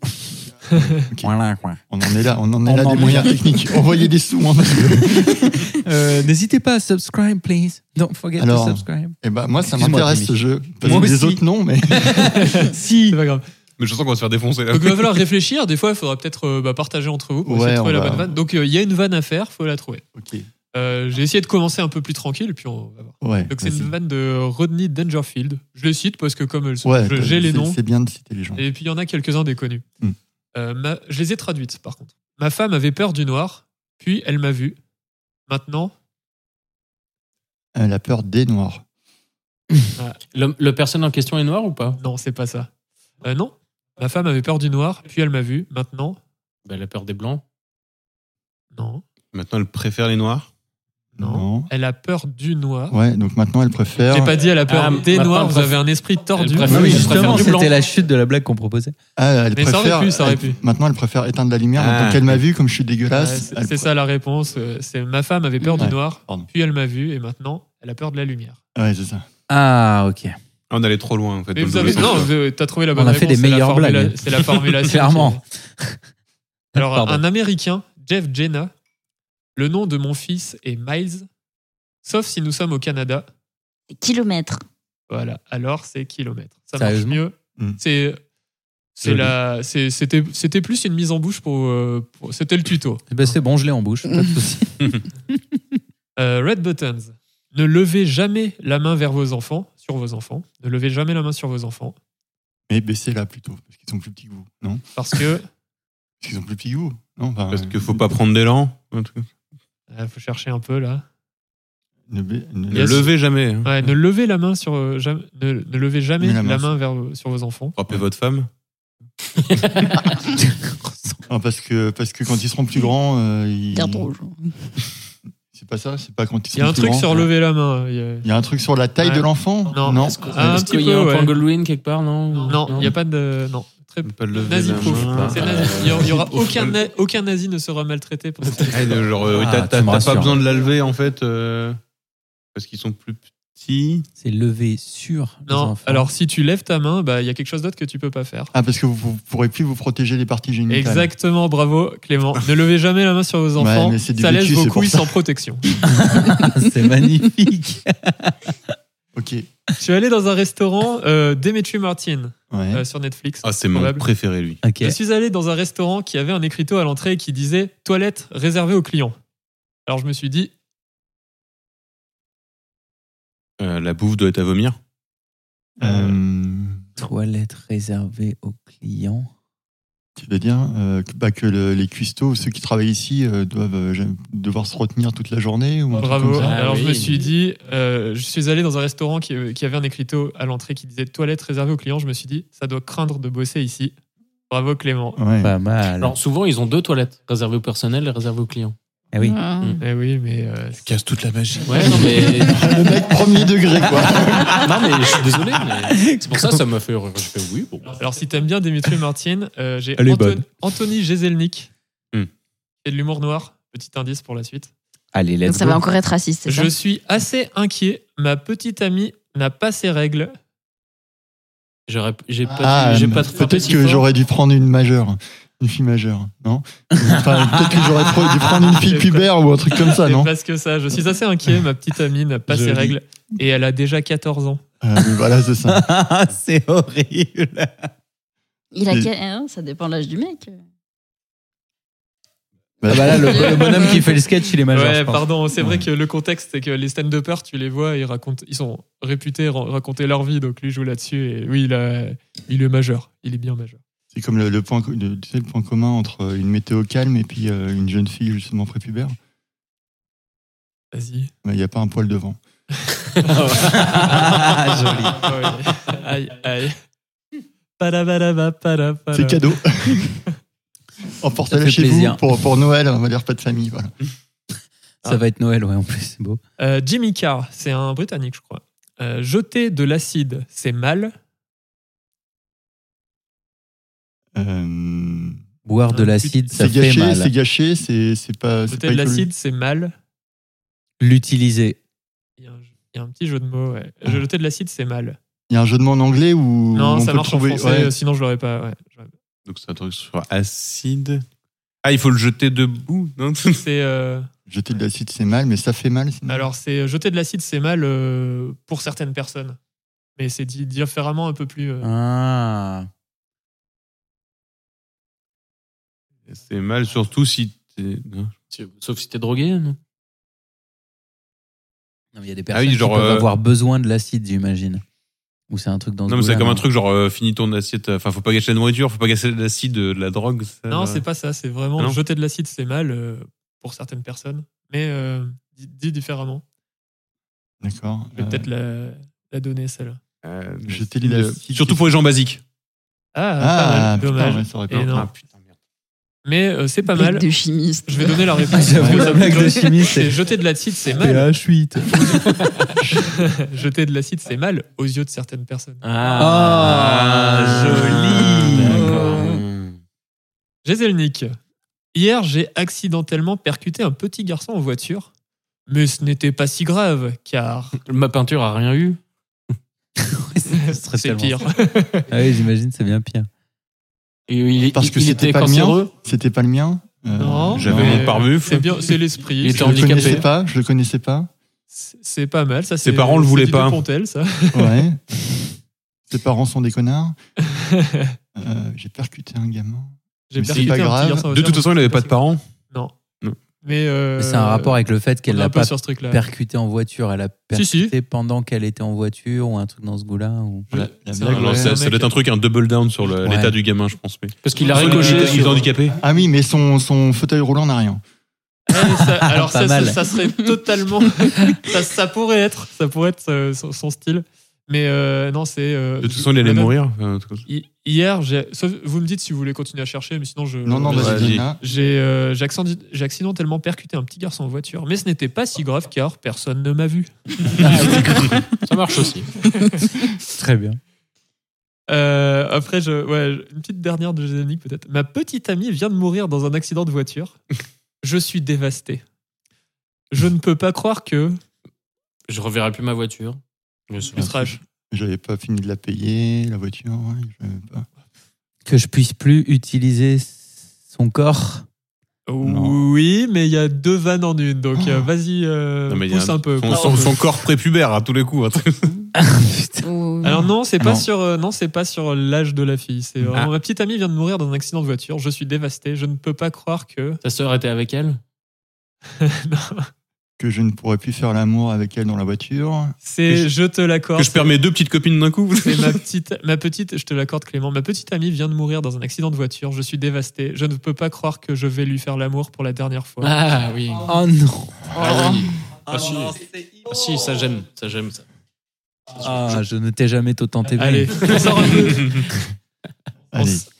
S1: Voilà, quoi.
S6: On en est là, on en est
S1: On
S6: là
S1: en
S6: des
S1: est
S6: moyens
S1: là.
S6: techniques. Envoyez des sous, hein, parce que-
S1: Euh, N'hésitez pas à subscribe, please. Don't forget
S6: Alors,
S1: to subscribe.
S6: Eh ben, moi, ça
S1: Excuse-moi,
S6: m'intéresse ce
S1: Rémi.
S6: jeu. Parce
S1: Moi
S6: que les
S1: aussi.
S6: autres, non, mais.
S2: si. C'est pas grave.
S3: Mais je sens qu'on va se faire défoncer là.
S2: Donc il va falloir réfléchir. Des fois, il faudra peut-être euh, bah, partager entre vous pour
S6: Ouais,
S2: essayer de trouver
S6: on
S2: la
S6: va-
S2: bonne vanne. Donc euh, il y a une vanne à faire, faut la trouver.
S6: Ok.
S2: Euh, j'ai essayé de commencer un peu plus tranquille, puis on va voir.
S6: Ouais.
S2: Donc c'est
S6: vas-y.
S2: une vanne de Rodney Dangerfield. Je les cite parce que comme elles sont,
S6: Ouais,
S2: je-
S6: t'as-
S2: j'ai les
S6: c'est-
S2: noms.
S6: C'est bien de citer les gens.
S2: Et puis il y en a quelques-uns des connus.
S6: Hmm.
S2: Euh, ma- je les ai traduites par contre. Ma femme avait peur du noir, puis elle m'a vu. Maintenant,
S6: Euh, la peur des noirs.
S4: Le, le personne en question est noir ou pas
S2: ah, non, c'est pas ça. Euh, non, ma femme avait peur du noir, puis elle m'a vu. Maintenant,
S4: bah, La peur des blancs.
S2: non,
S3: Maintenant, elle préfère les noirs.
S2: non. Elle a peur du noir.
S6: Ouais, donc maintenant, elle préfère.
S2: J'ai pas dit elle a peur
S4: Ah,
S2: des
S4: maintenant,
S2: noirs,
S4: elle
S2: vous
S4: préfère-
S2: avez un esprit tordu.
S4: préfère-
S2: Vous
S4: oui,
S2: avez
S4: elle préfère
S1: Ah, justement,
S2: du blanc.
S1: c'était la chute de la blague qu'on proposait.
S6: Ah, elle
S2: Mais ça aurait
S6: préfère.
S2: pu, ça aurait
S6: elle-
S2: pu.
S6: Maintenant, elle préfère éteindre la lumière.
S3: Ah.
S6: Maintenant qu'elle m'a vu, comme je suis
S2: Ouais,
S6: dégueulasse.
S2: c'est
S6: elle
S2: c'est ça la réponse. Euh, C'est ma femme avait peur
S6: Ouais,
S2: du noir,
S6: pardon.
S2: puis elle m'a vu, et maintenant, elle a peur de la lumière.
S6: pr- Ouais, c'est ça.
S1: Ah, ok.
S3: Ah, on allait trop loin, en fait.
S2: Mais
S3: dans
S2: vous
S3: le
S2: avez...
S3: sens,
S2: Non,
S3: quoi.
S2: vous- t'as trouvé la
S1: On
S2: bonne
S1: a fait des
S2: réponse, c'est la
S1: meilleures
S2: formula-
S1: blagues.
S2: C'est la formulation.
S1: Clairement.
S2: Alors,
S1: Pardon.
S2: un Américain, Jeff Jenna, le nom de mon fils est Miles, sauf si nous sommes au Canada.
S5: Kilomètre.
S2: Voilà, alors c'est kilomètre. Ça marche
S1: Sérieusement
S2: mieux.
S6: Mm.
S2: C'est. C'est
S3: Joli.
S2: la, c'est- c'était, c'était plus une mise en bouche pour, euh, pour- c'était le tuto.
S1: Eh ben, c'est bon, je l'ai en bouche. Pas de souci.
S2: Euh, Red Buttons. Ne levez jamais la main vers vos enfants, sur vos enfants. Ne levez jamais la main sur vos enfants
S6: Mais baissez-la plutôt, parce qu'ils sont plus petits que vous. Non
S2: parce que
S6: Parce qu'ils sont plus petits que vous. Non enfin,
S3: Parce
S6: euh,
S3: qu'il faut pas prendre d'élan. un truc.
S2: Euh, faut chercher un peu là.
S6: Ne, ba- ne-
S3: Ne
S2: Yes.
S3: levez jamais. hein.
S2: Ouais, ne levez la main sur euh, jamais, ne, ne levez jamais
S6: Mais
S2: la
S6: la
S2: main,
S6: main,
S2: vers euh, sur vos enfants.
S3: Frappez votre femme.
S6: Ah, parce, que, parce que quand ils seront plus grands. euh, ils...
S5: Hyper drôle.
S6: C'est pas ça C'est pas quand ils seront
S2: Il y a un
S6: plus
S2: truc
S6: grands.
S2: sur lever la main. hein, il y a-
S6: Il y a un truc sur la taille
S2: Ouais.
S6: de l'enfant
S2: Non.
S4: Est-ce que-
S2: Ah, un
S4: est-ce
S2: petit
S4: qu'il y a
S2: peu,
S4: un
S2: ouais.
S4: point Goldwyn quelque part Non,
S2: Non, il n'y a pas de non. Très
S3: Ne pas lever
S2: nazi
S3: la
S2: proof.
S3: main.
S2: C'est nazi. Il y aura- il y aura
S3: Nazi-proof.
S2: aucun na- aucun nazi ne sera maltraité pour cette.
S3: Ah, de- genre, euh,
S1: Ah,
S3: t'as-
S1: tu
S3: t'as
S1: me
S3: t'as
S1: rassures.
S3: pas besoin de la lever, en fait, euh, parce qu'ils sont plus petits.
S1: C'est levé sur les
S2: Non.
S1: enfants.
S2: Alors si tu lèves ta main, bah il y a quelque chose d'autre que tu peux pas faire.
S6: Ah, parce que vous, vous pourrez plus vous protéger les parties génitales.
S2: Exactement, bravo Clément. Ne levez jamais la main sur vos enfants,
S6: mais c'est du
S2: ça laisse
S6: vécu,
S2: vos
S6: c'est pour
S2: couilles
S6: ça.
S2: sans protection.
S1: Ah, c'est magnifique.
S6: Ok.
S2: Je suis allé dans un restaurant, euh, Demetri Martin,
S6: Ouais.
S2: euh, sur Netflix.
S3: Ah, c'est mon
S2: Probable.
S3: préféré, lui.
S1: Ok.
S2: Je suis allé dans un restaurant qui avait un écriteau à l'entrée qui disait toilette réservée aux clients. Alors je me suis dit,
S3: Euh, la bouffe doit être à vomir.
S6: Euh,
S1: Toilette réservée aux clients.
S6: tu veux dire euh, que, bah, que le- les cuistots, ceux qui travaillent ici, euh, doivent euh, jamais- devoir se retenir toute la journée ou un truc
S2: bravo.
S6: comme ça
S4: Ah
S2: Alors je
S4: oui.
S2: me suis dit, euh, je suis allé dans un restaurant qui, qui avait un écriteau à l'entrée qui disait toilette réservée aux clients. Je me suis dit, ça doit craindre de bosser ici. Bravo Clément.
S6: Ouais.
S4: Bah,
S1: Pas mal.
S4: Alors souvent, ils ont deux toilettes, réservées au personnel et réservées aux clients.
S1: Ah oui.
S5: Ah.
S4: Mm.
S2: Eh oui, mais euh,
S3: Casse toute la magie.
S4: Ouais, non mais,
S6: Le mec, premier degré, quoi.
S4: non, mais je suis désolé. mais C'est pour ça que ça m'a fait rire. Je fais oui, bon.
S2: alors si t'aimes bien Dimitri Martin, euh, j'ai
S1: Elle est
S2: Anto-
S1: bonne.
S2: Anthony Jezelnik
S3: Hmm.
S2: et de l'humour noir. Petit indice pour la suite.
S1: Allez, let's
S5: Donc ça
S1: go.
S5: va encore être raciste, c'est ça
S2: Je suis assez inquiet. Ma petite amie n'a pas ses règles.
S4: J'aurais- J'ai pas,
S6: Ah,
S4: j'ai
S6: euh,
S4: pas frappé
S6: peut-être
S4: si
S6: que
S4: fort.
S6: j'aurais dû prendre une majeure, une fille majeure, non Enfin, Peut-être que j'aurais pro- dû prendre une fille pubère ou un truc comme ça,
S2: C'est
S6: non
S2: parce que ça, je suis assez inquiet. Ma petite amie n'a pas ses
S6: Joli.
S2: règles et elle a déjà 14 ans.
S6: Euh, mais Voilà, c'est ça.
S1: Ah, c'est horrible.
S5: Il a
S6: Et-
S5: quel- hein, Ça dépend de l'âge du mec.
S1: Ah bah là, le, le bonhomme qui fait le sketch, il est majeur. je
S2: ouais,
S1: pense.
S2: pardon, c'est vrai que le contexte, c'est que les stand-uppers, tu les vois, ils, racontent, ils sont réputés ra- raconter leur vie, donc lui joue là-dessus. Et oui, il, a- il est majeur, il est bien majeur.
S6: C'est comme le, le point, co- le, tu sais, le point commun entre une météo calme et puis euh, une jeune fille justement prépubère.
S2: Vas-y.
S6: Mais Il n'y a pas un poil devant. Ah
S1: Ah, Joli.
S2: Ouais. Aïe, aïe. Padabadaba, padabada.
S6: C'est cadeau.
S1: Ça
S6: Emportez-la
S1: fait
S6: chez
S1: plaisir.
S6: vous pour, pour Noël, on va dire pas de famille. Voilà.
S2: Ah.
S1: Ça va être Noël, ouais, en plus, c'est beau.
S2: Euh, Jimmy Carr, c'est un Britannique, je crois. Euh, jeter de l'acide, c'est mal.
S6: Euh,
S1: Boire de
S2: Ah,
S1: l'acide, ça
S6: c'est
S1: fait
S6: gâché, c'est
S1: mal.
S6: gâché, c'est c'est pas. Ah, c'est
S2: Jeter
S6: pas
S2: de
S6: écolo-
S2: l'acide, c'est mal.
S1: L'utiliser.
S2: Il y, a un, il y a un petit jeu de mots. ouais. Jeter de l'acide, c'est mal.
S6: Il y a un jeu de mots en anglais où
S2: non,
S6: Ah. on
S2: ça
S6: peut
S2: marche en
S6: trouver.
S2: français,
S6: ouais.
S2: euh, sinon je l'aurais pas. ouais. J'aurais-
S3: Donc c'est un truc sur acide. Ah, il faut le jeter debout, non
S2: C'est, euh,
S6: Jeter de l'acide, c'est mal, mais ça fait mal. sinon.
S2: alors, c'est euh, jeter de l'acide, c'est mal euh, pour certaines personnes. Mais c'est dit différemment un peu plus. euh,
S1: Ah.
S3: C'est mal, surtout si t'es. non.
S4: Si- Sauf si t'es drogué. hein. non
S1: Non, mais il y a des personnes
S3: oui, genre,
S1: qui peuvent
S3: euh,
S1: avoir besoin de l'acide, j'imagine. Ou c'est un truc dans ce
S3: Non, mais c'est
S1: goût-là,
S3: comme un truc genre euh, finis ton assiette. Enfin, faut pas gâcher la nourriture, faut pas gâcher l'acide euh, de la drogue.
S6: Ah,
S3: ça-
S2: Non, c'est pas ça. C'est vraiment
S3: Ah non
S2: jeter de l'acide, c'est mal euh, pour certaines personnes. Mais euh, dit, dit différemment.
S6: D'accord.
S2: Je vais
S6: Euh,
S2: peut-être la, la donner, celle-là.
S3: Euh,
S6: Jeter de l'acide.
S3: Surtout pour les gens basiques.
S2: Ah,
S6: Ah,
S2: pas mal,
S6: putain,
S2: dommage.
S6: ouais, ça aurait pu-
S2: Et non.
S3: Ah, putain, merde.
S2: Mais euh, c'est pas
S5: Blague
S2: mal.
S5: de chimiste.
S2: Je vais donner la réponse.
S3: Ah,
S1: J'avoue,
S2: Parce que
S1: la
S2: ça
S1: blague
S2: me
S1: de
S2: donne-
S1: chimiste,
S2: c'est
S1: c'est-
S2: jeter de l'acide, c'est mal.
S1: PH8.
S2: jeter de l'acide, c'est mal aux yeux de certaines personnes.
S1: Ah, joli.
S2: D'accord. Gézelnik. Hier, j'ai accidentellement percuté un petit garçon en voiture. Mais ce n'était pas si grave, car
S4: Ma peinture a rien eu.
S1: Ce serait
S2: c'est
S1: tellement-
S2: pire.
S1: Ah oui, j'imagine, c'est bien pire.
S4: Et il,
S6: Parce
S4: il-
S6: que
S4: il
S6: c'était
S4: était
S6: pas le
S4: cancéreux.
S6: mien. C'était pas le mien. Euh,
S2: Non,
S3: Ah, J'avais
S2: mais
S3: mon pare-mufle.
S2: C'est bien, c'est l'esprit.
S4: Il était
S6: Je
S2: C'est-
S6: le
S4: handicapé.
S6: connaissais pas. Je le connaissais pas.
S2: C'est c'est pas mal, ça.
S3: Ses
S2: c'est-
S3: parents le
S2: c'est
S3: voulaient
S2: Didier
S3: pas.
S2: Pontel, ça.
S6: Ouais. Ses parents sont des connards. Euh, J'ai percuté un gamin.
S2: J'ai
S6: Mais c'est
S2: percuté
S6: pas
S2: un petit
S6: grave.
S2: garçon en
S3: De
S2: voiture,
S3: toute façon,
S2: mais
S3: il
S2: c'est
S3: avait pas de
S2: si
S3: parents.
S2: grave. Non.
S3: Non.
S2: Mais euh,
S1: Mais c'est un rapport avec le fait qu'elle
S2: on est un
S1: l'a
S2: peu
S1: pas
S2: sur ce truc-là.
S1: percuté en voiture. Elle a percuté
S2: Si, si.
S1: pendant qu'elle était en voiture ou un truc dans ce goût-là. Ou...
S2: Je-
S6: La- la
S2: c'est
S6: blague,
S2: un-
S3: Alors,
S6: ouais.
S2: c'est
S3: ça, ça doit être un truc, un double down sur le-
S1: Ouais.
S3: l'état du gamin, je pense. Mais...
S4: Parce qu'il a
S2: Ils ont
S4: ricoché.
S3: il,
S2: dit-
S3: est
S4: sur-
S3: handicapé.
S6: Ah oui, mais son, son fauteuil roulant n'a rien.
S2: Ouais, ça- alors
S1: Pas
S2: ça, ça,
S1: mal.
S2: ça serait totalement, ça, ça pourrait être, ça pourrait être euh, son, son style, mais euh, non c'est. euh,
S3: De toute façon, il allait
S2: madame,
S3: mourir. enfin, en tout cas.
S2: hi- Hier, j'ai- sauf- vous me dites si vous voulez continuer à chercher, mais sinon je.
S6: Non, non,
S2: je-
S6: vas-y,
S3: Vas-y.
S6: Diana.
S2: J'ai euh, j'ai accident- j'ai accidentellement percuté un petit garçon en voiture, mais ce n'était pas si grave car personne ne m'a vu.
S4: Ça marche aussi.
S1: Très bien.
S2: Euh, après, je, ouais, une petite dernière de Gézanic peut-être. Ma petite amie vient de mourir dans un accident de voiture. Je suis dévasté. Je ne peux pas croire que.
S4: Je reverrai plus ma voiture. Je sais
S2: Tu
S4: pas.
S2: seras-
S6: J'avais pas fini de la payer, la voiture. ouais, j'avais pas-
S1: Que je puisse plus utiliser son corps.
S6: Non.
S2: Oui, mais il y a deux vannes en une, donc euh, vas-y, euh,
S3: Oh. Non, mais il y a
S2: pousse un, peu.
S3: Son,
S2: pousse
S3: son-
S2: un peu.
S3: son corps prépubère à tous les coups. un truc.
S5: Oh.
S2: Alors non, c'est pas
S6: Non.
S2: sur, euh, non, c'est pas sur l'âge de la fille. C'est vraiment,
S4: Ah.
S2: ma petite amie vient de mourir dans un accident de voiture. Je suis dévasté. Je ne peux pas croire que.
S4: Ta sœur était avec elle.
S6: Que je ne pourrais plus faire l'amour avec elle dans la voiture.
S2: C'est, je, te
S3: Que
S2: l'accorde.
S3: je perds mes deux petites copines d'un coup.
S2: C'est ma petite, ma petite, je te l'accorde Clément, ma petite amie vient de mourir dans un accident de voiture, je suis dévasté, je ne peux pas croire que je vais lui faire l'amour pour la dernière fois.
S4: Ah oui.
S1: Oh non.
S4: Ah oui. Ah, si. Ah, si, ça j'aime. Ça j'aime ça.
S1: Ah, je ne t'ai jamais autant aimé.
S2: Allez, on sort un peu, on,
S6: Allez.
S2: s-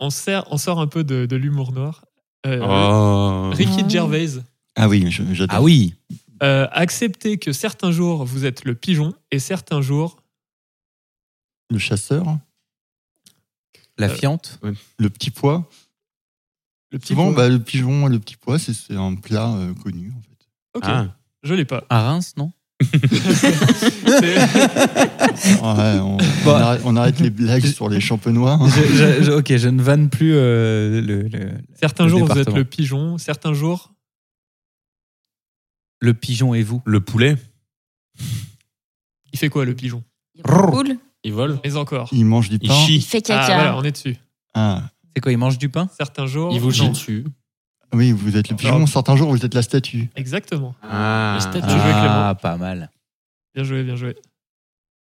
S2: on sert- on sort un peu de, de l'humour noir. Euh,
S3: Oh.
S2: Ricky Gervais,
S6: Ah oui, je- j'adore.
S1: Ah oui.
S2: euh, acceptez que certains jours vous êtes le pigeon et certains jours
S6: Le chasseur,
S1: La
S2: Euh,
S1: fiente.
S6: le petit pois.
S2: le petit
S6: Souvent,
S2: con.
S6: bah, le pigeon et le petit pois, c'est- c'est un plat euh, connu. En fait.
S2: Ok,
S3: Ah.
S2: je l'ai pas.
S1: À Reims, non
S2: C'est-
S6: Ouais, on, on
S1: Bah.
S6: arrête, on arrête les blagues sur les champenois. hein.
S1: Je- je- je- Ok, je ne vanne plus euh, le, le-
S2: certains
S1: Le
S2: jours vous êtes
S1: département.
S2: le pigeon, certains jours
S1: le pigeon et vous.
S3: Le poulet.
S2: il fait quoi le pigeon
S5: Il roule,
S4: Ils volent.
S2: Mais encore.
S6: Il mange du
S3: Il
S6: pain.
S5: il
S3: chie.
S5: fait
S2: Ah,
S5: caca.
S2: voilà, on est dessus.
S6: Ah,
S1: C'est quoi Il mange du pain
S2: Certains jours.
S4: Ils vous
S2: non.
S4: chient dessus.
S6: oui, vous êtes le pigeon. Certains jours, vous êtes la statue.
S2: Exactement.
S3: Ah.
S4: La statue.
S2: Bien joué,
S1: Ah, pas mal.
S2: Bien joué, bien joué.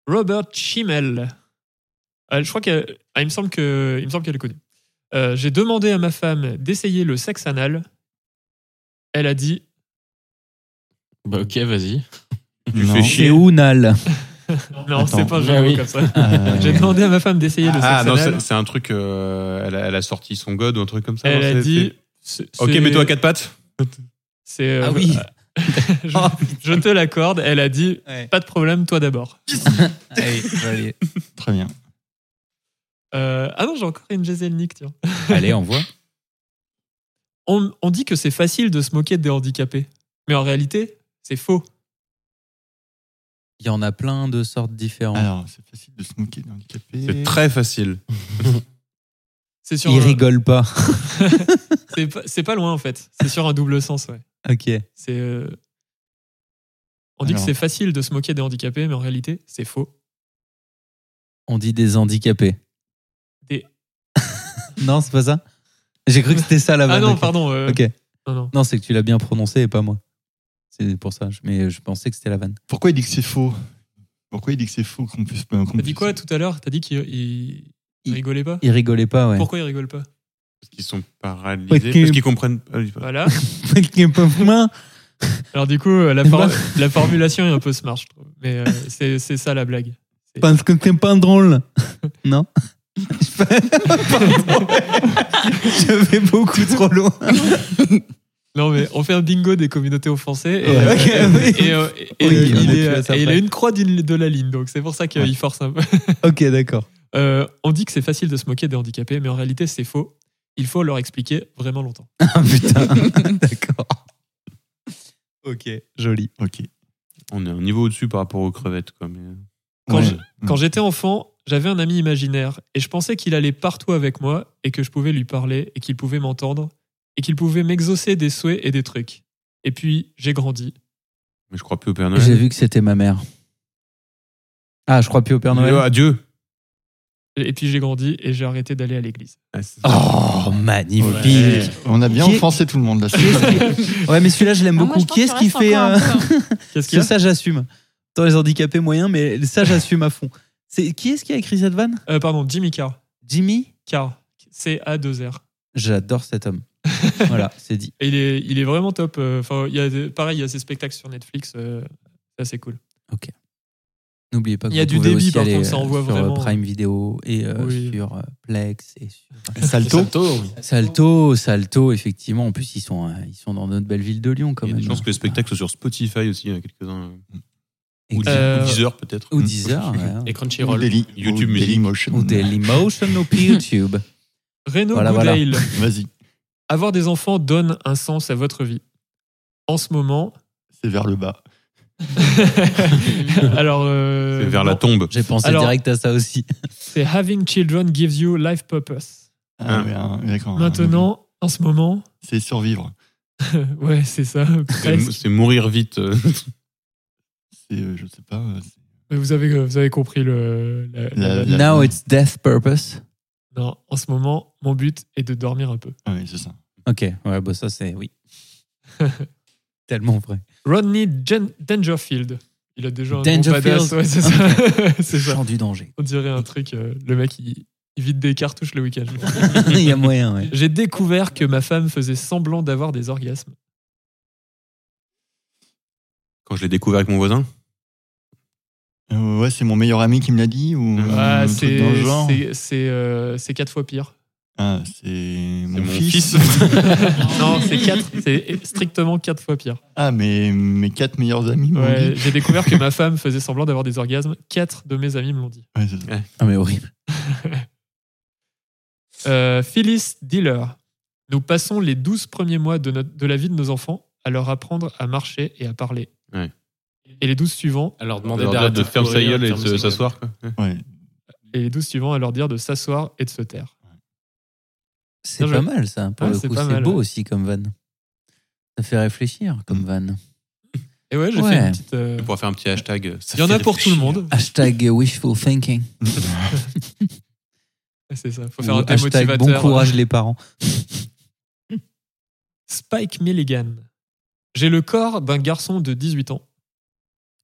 S2: Robert Schimmel. Euh, je crois qu'elle ah, il me semble que il me semble qu'elle est connue. Euh, J'ai demandé à ma femme d'essayer le sexe anal. Elle a dit
S4: Bah, ok, vas-y.
S3: Tu
S6: Non.
S3: fais chier.
S1: Chez Ounal.
S2: non,
S6: Attends.
S2: c'est pas
S4: Ah
S2: vrai
S4: oui.
S2: comme ça.
S6: Euh,
S2: J'ai demandé à ma femme d'essayer le sexe
S3: Ah non,
S2: anal.
S3: c'est c'est un truc. euh, elle, a, elle a sorti son god ou un truc comme ça.
S2: Elle
S3: non,
S2: a
S3: c'est-
S2: dit c'est-
S3: c'est- Ok,
S2: c'est-
S3: mets-toi à quatre pattes.
S2: C'est euh,
S1: Ah oui. Oh,
S2: je, je te l'accorde. Elle a dit
S1: Ouais.
S2: pas de problème, toi d'abord.
S1: Allez, allez.
S6: Très bien.
S2: Euh, ah non, j'ai encore une Jezelnik, tiens.
S1: Allez, on voit.
S2: On, on dit que c'est facile de se moquer des handicapés, mais en réalité, c'est faux.
S1: Il y en a plein de sortes différentes.
S6: Alors, c'est facile de se moquer d'un handicapé.
S3: C'est très facile.
S2: C'est sur
S1: Ils
S2: un-
S1: rigolent pas.
S2: c'est pas, c'est pas loin en fait. C'est sur un double sens, ouais.
S1: Ok.
S2: C'est euh, on dit
S6: Alors.
S2: que c'est facile de se moquer des handicapés, mais en réalité, c'est faux.
S1: On dit des handicapés.
S2: Des-
S1: non, c'est pas ça J'ai cru que c'était ça la
S2: Ah
S1: vanne,
S2: non,
S1: ok.
S2: pardon. euh,
S1: bah, Ok. Mmh.
S2: Non, non.
S1: Non, c'est que tu l'as bien prononcé et pas moi. C'est pour ça. je- Mais je pensais que c'était la vanne.
S6: Pourquoi il dit que c'est faux Pourquoi il dit que c'est faux qu'on puisse pas.
S2: T'as dit Bah, quoi tout à l'heure T'as dit qu'il il- il
S1: Il-
S2: rigolait pas
S1: Ils rigolaient pas, ouais.
S2: Pourquoi il rigole pas
S3: Parce qu'ils sont paralysés.
S1: Ok.
S3: Parce qu'ils comprennent. pas.
S2: Voilà.
S1: Pourquoi
S2: Alors du coup, euh, la, for- la formulation est un peu smart, je trouve. Mais euh, c'est c'est ça la blague.
S1: Parce que t'es pas drôle. Non Je vais beaucoup trop loin.
S2: Non, mais on fait un bingo des communautés offensées. Et,
S1: Ouais.
S2: euh,
S1: Ok,
S2: et-
S1: oui.
S2: et, euh, et-
S1: Oui,
S2: et
S1: on
S2: il,
S1: est
S2: est,
S1: plus à ça
S2: et il a
S1: près.
S2: une croix d'une- de la ligne, donc c'est pour ça qu'il
S6: Ouais.
S2: force un peu.
S1: Ok, d'accord.
S2: Euh, on dit que c'est facile de se moquer des handicapés, mais en réalité, c'est faux. Il faut leur expliquer vraiment longtemps.
S1: Ah putain. d'accord. Ok, joli.
S6: Ok.
S3: On est un niveau au-dessus par rapport aux crevettes. Quoi, mais-
S2: Quand
S6: Ouais.
S2: je- Quand j'étais enfant, j'avais un ami imaginaire et je pensais qu'il allait partout avec moi et que je pouvais lui parler et qu'il pouvait m'entendre et qu'il pouvait m'exaucer des souhaits et des trucs. Et puis, j'ai grandi.
S3: mais je crois plus au Père
S1: J'ai
S3: Noël.
S1: vu que c'était ma mère. Ah, je crois plus au Père Noël.
S3: Oh, Adieu.
S2: Et puis, j'ai grandi et j'ai arrêté d'aller à l'église.
S3: Ah,
S1: Oh,
S6: Ok.
S1: magnifique.
S6: On a bien
S1: Qui est-
S6: offensé tout le monde là. c'est
S1: Qui
S6: pas mal.
S1: est-ce qui- Ouais, mais celui-là,
S5: Ah,
S1: je l'aime beaucoup. qui est-ce qui fait.
S5: hein
S1: euh,
S2: Qu'est-ce qu'il y
S1: C'est ça,
S2: a
S1: j'assume. Dans les handicapés moyens, mais ça, j'assume à fond. C'est qui est-ce qui a écrit cette vanne
S2: Euh, Pardon, Jimmy Carr.
S1: Jimmy
S2: Carr. C-A-2-R.
S1: J'adore cet homme. voilà, c'est dit.
S2: Et il est, il est vraiment top. Euh, Enfin, il y a, des- pareil, il y a ses spectacles sur Netflix. euh, c'est assez cool.
S1: N'oubliez pas que
S2: Il y a
S1: vous
S2: du
S1: pouvez
S2: débit,
S1: aussi
S2: par
S1: aller,
S2: contre, ça
S1: euh,
S2: envoie
S1: sur euh,
S2: vraiment.
S1: Prime Video et euh,
S2: Oui.
S1: sur euh, Plex et sur euh,
S6: Salto.
S4: oui.
S1: Salto, Salto, effectivement. En plus, ils sont, euh, ils sont dans notre belle ville de Lyon quand
S3: Il y a
S1: même. hein.
S3: des chances que les spectacles soient sur Spotify aussi. Il y en a quelques-uns. Ou
S1: Exact.
S2: Euh,
S3: 10 heures peut-être.
S1: Ou Deezer,
S3: Ah,
S1: ouais.
S4: Et
S6: Ou
S4: Crunchyroll.
S6: Daily-
S3: YouTube
S6: ou
S3: Music.
S6: Dailymotion.
S1: ou Dailymotion ou YouTube.
S2: Renaud
S1: Voilà, voilà.
S2: Goodale.
S6: Vas-y.
S2: Avoir des enfants donne un sens à votre vie. En ce moment.
S6: C'est vers le bas.
S2: Alors. euh,
S3: C'est vers la
S2: non,
S3: tombe.
S1: J'ai pensé
S2: Alors-
S1: direct à ça aussi.
S2: C'est Having Children Gives You Life Purpose.
S6: Ah,
S3: Ah.
S6: ouais, hein, d'accord.
S2: Maintenant, en ce moment.
S6: C'est survivre.
S2: ouais, c'est ça.
S3: C'est
S2: presque.
S3: c'est mourir vite. euh,
S6: C'est, euh, je sais pas. euh, c'est-
S2: Mais vous avez, euh, vous avez compris le. la- la-
S6: La- la-
S1: Now it's death purpose.
S2: Non, en ce moment, mon but est de dormir un peu.
S6: Ah oui, c'est ça.
S1: Ok, ouais, bah ça c'est oui. Tellement vrai.
S2: Rodney Jen- Dangerfield. Il a déjà un nom
S1: Dangerfield.
S2: badass. Ouais, c'est ça. c'est ça.
S1: Chant du danger.
S2: On dirait un truc, euh, le mec, il, il vide des cartouches le week-end.
S1: Il y a moyen, ouais.
S2: J'ai découvert que ma femme faisait semblant d'avoir des orgasmes.
S3: Quand je l'ai découvert avec mon voisin.
S6: Euh, ouais, c'est mon meilleur ami qui me l'a dit ou euh,
S2: Ah,
S6: un truc
S2: c'est
S6: dans le genre.
S2: c'est- c'est, euh, c'est quatre fois pire.
S6: Ah, c'est
S3: C'est
S6: mon,
S3: mon
S6: fils.
S3: fils.
S2: non, c'est quatre. C'est strictement quatre fois pire.
S6: ah, mais mes quatre meilleurs amis m'ont
S2: Ouais,
S6: dit.
S2: J'ai découvert que ma femme faisait semblant d'avoir des orgasmes. Quatre de mes amis me l'ont dit.
S6: Ouais, c'est ça.
S1: Ah, mais horrible.
S2: Euh, Phyllis Diller. Nous passons les 12 premiers mois de, notre- de la vie de nos enfants à leur apprendre à marcher et à parler.
S3: Ouais.
S2: Et les 12 suivants,
S4: Alors, demander
S3: Alors,
S4: d'arrêter
S3: De faire sa
S4: courir,
S3: gueule et de
S4: faire
S3: se-
S4: musique.
S3: s'asseoir. quoi.
S6: Ouais.
S2: et les 12 suivants à leur dire de s'asseoir et de se taire.
S1: C'est
S2: Bien
S1: pas
S2: joué.
S1: mal ça. Pour
S2: Ouais,
S1: le
S2: Ah, c'est
S1: coup,
S2: pas
S1: c'est
S2: mal,
S1: beau
S2: ouais.
S1: aussi comme van. Ça fait réfléchir comme van.
S2: Et ouais, j'ai
S1: Ouais.
S2: fait une petite. euh,
S3: On pourra faire un petit hashtag. euh, ça
S2: Il y en
S3: fait
S2: a pour tout le
S3: réfléchir.
S2: monde.
S1: Hashtag wishful thinking.
S2: C'est ça, faut faire
S1: Ou
S2: un
S1: hashtag bon
S2: démotivateur.
S1: courage les parents.
S2: Spike Milligan. J'ai le corps d'un garçon de 18 ans.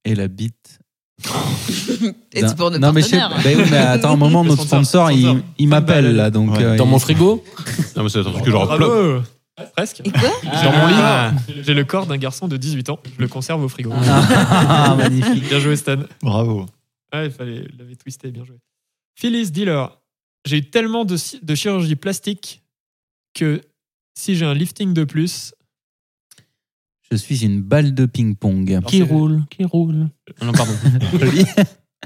S1: Et la bite
S5: Et c'est pour nos
S1: non, mais je sais-
S5: partenaires.
S1: ben oui, mais attends, un moment, notre sponsor, il, il m'appelle là. Donc, euh,
S4: Dans
S1: il-
S4: mon frigo
S3: Non, mais c'est un
S1: Oh,
S3: truc que je replug.
S2: Bravo Presque.
S5: Et quoi
S2: Dans mon
S3: Ah.
S2: lit, j'ai le corps d'un garçon de 18 ans. Je le conserve au frigo.
S1: Ah, magnifique.
S2: Bien joué, Stan.
S6: Bravo.
S2: Ouais, il fallait l'avait twisté, bien joué. Phyllis Dealer, j'ai eu tellement de, ci- de chirurgie plastique que si j'ai un lifting de plus,
S1: Je suis une balle de ping-pong.
S2: Qui roule,
S1: qui roule.
S4: Non, pardon.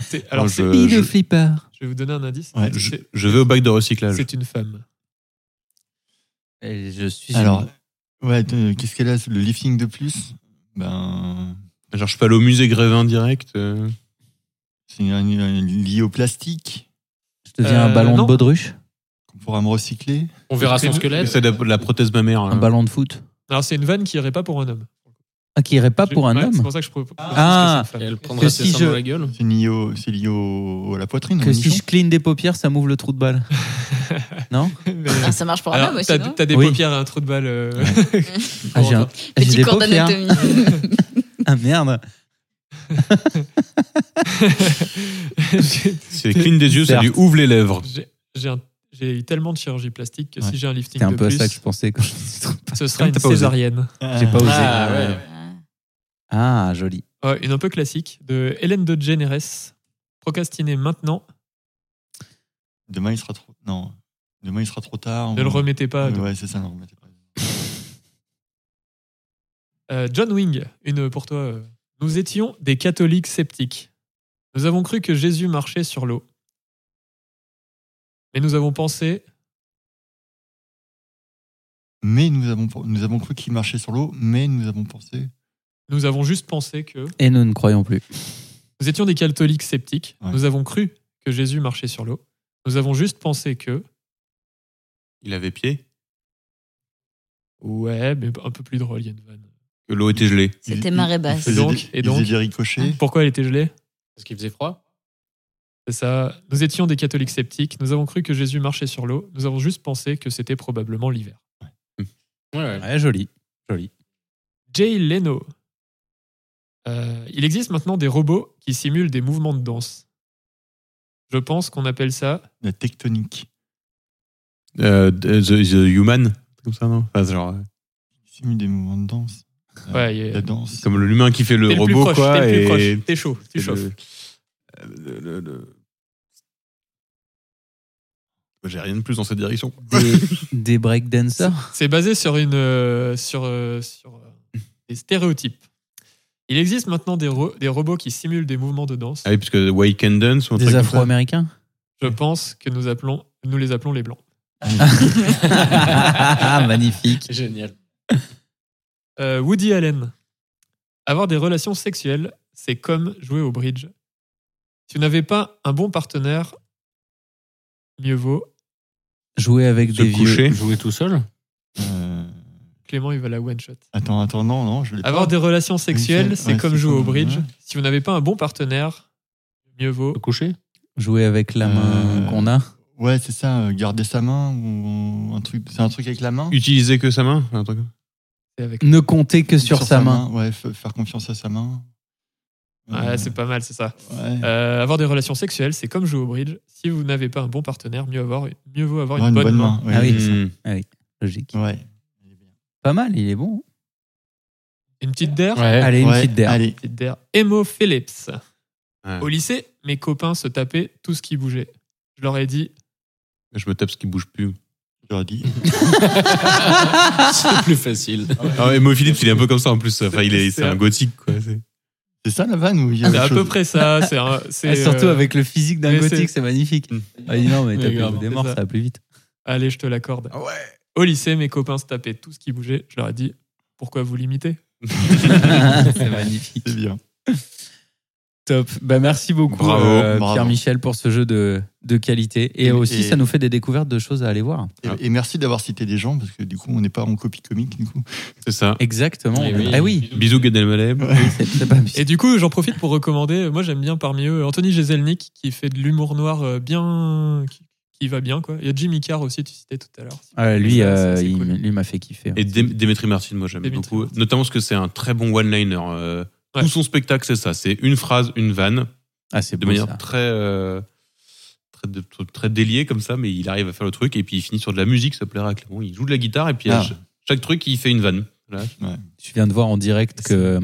S2: c'est- alors
S3: Non,
S2: c'est-
S3: je-
S2: je...
S1: Fille de flipper.
S2: vais vous donner un indice.
S6: Ouais,
S2: C'est-
S3: Je, je vais au bac de recyclage.
S2: C'est une femme.
S1: Et je suis
S6: Alors, ouais, euh, qu'est-ce qu'elle a Le lifting de plus Ben,
S3: Genre, je peux aller au musée Grévin direct. euh.
S6: c'est un- un- lié au plastique
S1: je deviens
S2: Euh,
S1: un ballon
S2: non.
S1: de baudruche,
S6: qu'on pourra me recycler.
S4: On verra son squelette.
S3: C'est de la, de la prothèse mammaire.
S1: un
S3: hein.
S1: ballon de foot.
S2: Alors c'est une vanne qui irait pas pour un homme.
S1: Ah, qui irait pas pour un
S2: Ouais, C'est
S1: homme
S2: pour ça que je propose
S1: Ah.
S2: que c'est une
S4: Et
S2: femme.
S4: elle prendra
S1: Que
S4: ses
S1: si
S4: seins
S1: je-
S4: dans la gueule.
S6: C'est lié, au, c'est lié au- à la poitrine. au
S1: Que si
S6: nichon.
S1: je cligne des paupières, ça m'ouvre le trou de balle. non
S2: Mais-
S5: Ah, ça marche pour un
S2: Alors,
S5: homme aussi,
S2: t'as,
S5: non
S2: t'as des
S1: Oui.
S2: paupières et un trou de balle. euh,
S1: bah, Ah, j'ai un- j'ai
S5: Petit
S1: des
S5: cours
S1: paupières.
S5: d'anatomie.
S1: Ah merde
S2: j'ai,
S3: C'est cligne des yeux, ça lui ouvre les lèvres.
S2: j'ai- j'ai un- j'ai eu tellement de chirurgie plastique que
S6: Ouais.
S2: si j'ai un lifting
S1: C'est un
S2: de
S1: peu à
S2: plus,
S1: ça que je pensais quand je dis trou de balle.
S2: ce sera
S1: Comme
S2: une
S1: t'as pas osé.
S2: césarienne.
S1: J'ai pas osé.
S4: Ah, ouais.
S1: Ah, joli.
S2: Ouais, Euh, une un peu classique de Hélène de Générès. Procrastiner maintenant,
S6: Demain, il sera trop. Non. Demain, il sera trop tard.
S2: ne
S6: on-
S2: le remettez pas.
S6: Mmh. Ouais, c'est ça, ne le remettez pas.
S2: Euh, John Wing, une pour toi. euh. Nous étions des catholiques sceptiques. Nous avons cru que Jésus marchait sur l'eau. Mais nous avons pensé,
S6: Mais nous avons, nous avons cru qu'il marchait sur l'eau, mais nous avons pensé.
S2: nous avons juste pensé que
S1: Et nous ne croyons plus.
S2: nous étions des catholiques sceptiques.
S6: Ouais.
S2: Nous avons cru que Jésus marchait sur l'eau. Nous avons juste pensé que
S3: Il avait pied.
S2: ouais, mais un peu plus drôle, il y a une vanne.
S3: que L'eau était gelée.
S5: C'était marée
S6: Il
S5: basse.
S6: faisait
S2: donc-
S6: des-
S2: et
S6: il
S2: donc-
S6: faisait des
S1: Ah.
S6: ricochets.
S2: Pourquoi elle était gelée
S4: Parce qu'il faisait froid.
S2: C'est ça. Nous étions des catholiques sceptiques. Nous avons cru que Jésus marchait sur l'eau. Nous avons juste pensé que c'était probablement l'hiver.
S4: Ouais, ouais.
S1: Ouais, joli.
S2: Jay Leno. Euh, il existe maintenant des robots qui simulent des mouvements de danse. Je pense qu'on appelle ça.
S6: La tectonique.
S3: Euh, the, the Human. Comme ça, non Enfin, genre, euh,
S6: Il simule des mouvements de danse.
S2: Ouais, il y a-
S6: La danse.
S3: Comme l'humain qui fait le
S2: T'es le plus
S3: robot,
S2: proche,
S3: quoi.
S2: t'es le plus
S3: et-
S2: proche, t'es chaud, tu
S3: C'est
S2: chauffes.
S3: le- euh, le- le- le- Bah, J'ai rien de plus dans cette direction.
S1: Des, des breakdancers
S2: C'est basé sur une euh, sur euh, sur euh, des stéréotypes. Il existe maintenant des, ro- des robots qui simulent des mouvements de danse.
S3: Ah oui, parce que Wake and Dance ou un truc
S1: Des
S3: comme ça.
S1: afro-américains
S2: Je pense que nous appelons nous les appelons les blancs.
S1: Ah, Magnifique.
S4: Génial.
S2: Euh, Woody Allen. Avoir des relations sexuelles, c'est comme jouer au bridge. Si vous n'avez pas un bon partenaire, mieux vaut.
S1: Jouer avec
S3: Se
S1: des vieux.
S3: coucher.
S4: Jouer tout seul
S6: Euh,
S2: Clément, il va la one shot.
S6: Attends, attends, non, non, je l'ai pas.
S2: Avoir des relations sexuelles,
S6: Michel,
S2: c'est
S6: ouais,
S2: comme
S6: c'est
S2: jouer au
S6: comme-
S2: bridge.
S6: ouais.
S2: Si vous n'avez pas un bon partenaire, mieux vaut.
S4: Se coucher
S1: Jouer avec la main
S6: Euh,
S1: qu'on a.
S6: Ouais, c'est ça, euh, garder sa main ou un truc. C'est un truc avec la main
S3: Utiliser que sa main un truc.
S2: C'est avec-
S1: Ne compter que sur, sa main.
S6: Ouais, f- faire confiance à sa main.
S2: Ouais, Ah, c'est pas mal, c'est ça.
S6: ouais.
S2: Euh, avoir des relations sexuelles, c'est comme jouer au bridge. Si vous n'avez pas un bon partenaire, mieux, avoir, mieux vaut avoir
S6: Ouais,
S2: une, bonne, main.
S1: Ah oui.
S6: c'est
S3: Hmm.
S1: Logique.
S6: ça. Ouais.
S1: Pas mal, il est bon.
S2: Une petite der.
S4: Ouais.
S1: Allez, une
S6: Ouais,
S1: petite dernière.
S6: Allez,
S2: Petite der. Emo Phillips.
S3: Ouais.
S2: Au lycée, mes copains se tapaient tout ce qui bougeait. Je leur ai dit,
S3: Je me tape ce qui bouge plus.
S6: j'aurais dit.
S4: C'est plus facile.
S3: Ah ouais, Mo Phillips, il est un peu comme ça en plus. Enfin, il est,
S2: C'est
S3: c'est un
S2: un-
S3: gothique, quoi. C'est-
S6: C'est ça la vanne ou il y a
S2: c'est
S6: autre
S2: à
S6: chose
S2: peu près ça. C'est un- c'est,
S1: Ah, surtout
S2: euh,
S1: avec le physique d'un
S2: mais
S1: gothique, c'est magnifique.
S3: Mm.
S1: Ah, il dit non, mais
S4: Mais
S1: t'as
S4: grave,
S1: plus des
S2: c'est
S1: morts,
S2: ça.
S1: ça va plus vite.
S2: Allez, je te l'accorde.
S1: Ah
S2: Au lycée, mes copains se tapaient tout ce qui bougeait. Je leur ai dit, pourquoi vous limitez
S1: c'est magnifique.
S6: C'est bien.
S1: Top. Bah, merci beaucoup,
S3: Bravo,
S1: euh,
S6: bravo.
S1: Pierre-Michel, pour ce jeu de, de qualité. Et,
S6: Et-
S1: aussi,
S6: et-
S1: ça nous fait des découvertes de choses à aller voir.
S6: Et,
S3: Ah.
S6: et merci d'avoir cité des gens parce que du coup, on n'est pas en copie comique du coup.
S3: C'est ça.
S1: Exactement.
S4: Eh oui.
S1: Ah oui,
S3: Bisous Gad Elmaleh.
S1: c'est c'est pas
S2: Et du coup, j'en profite pour recommander. euh, Moi, j'aime bien parmi eux Anthony Jeselnik qui fait de l'humour noir euh, bien, qui, qui va bien quoi. Il y a Jimmy Carr aussi, tu citais tout à l'heure.
S1: Ah, lui,
S2: Ça,
S1: euh,
S2: c'est- c'est
S1: il-
S2: cool.
S1: lui m'a fait kiffer. hein.
S3: Et Dé- Démétri Martin, moi j'aime
S2: Démétri
S3: beaucoup.
S2: Martin.
S3: Notamment parce que c'est un très bon one-liner. euh,
S2: Ouais.
S3: Tout son spectacle, c'est ça. C'est une phrase, une vanne.
S1: Ah, c'est
S3: de
S1: beau,
S3: manière
S1: ça.
S3: très, euh, très, de- très déliée comme ça, mais il arrive à faire le truc et puis il finit sur de la musique, ça plaira à Clément. Il joue de la guitare et puis à
S1: Ah.
S3: ch- chaque truc, il fait une vanne. Voilà.
S1: Je viens de voir en direct que euh,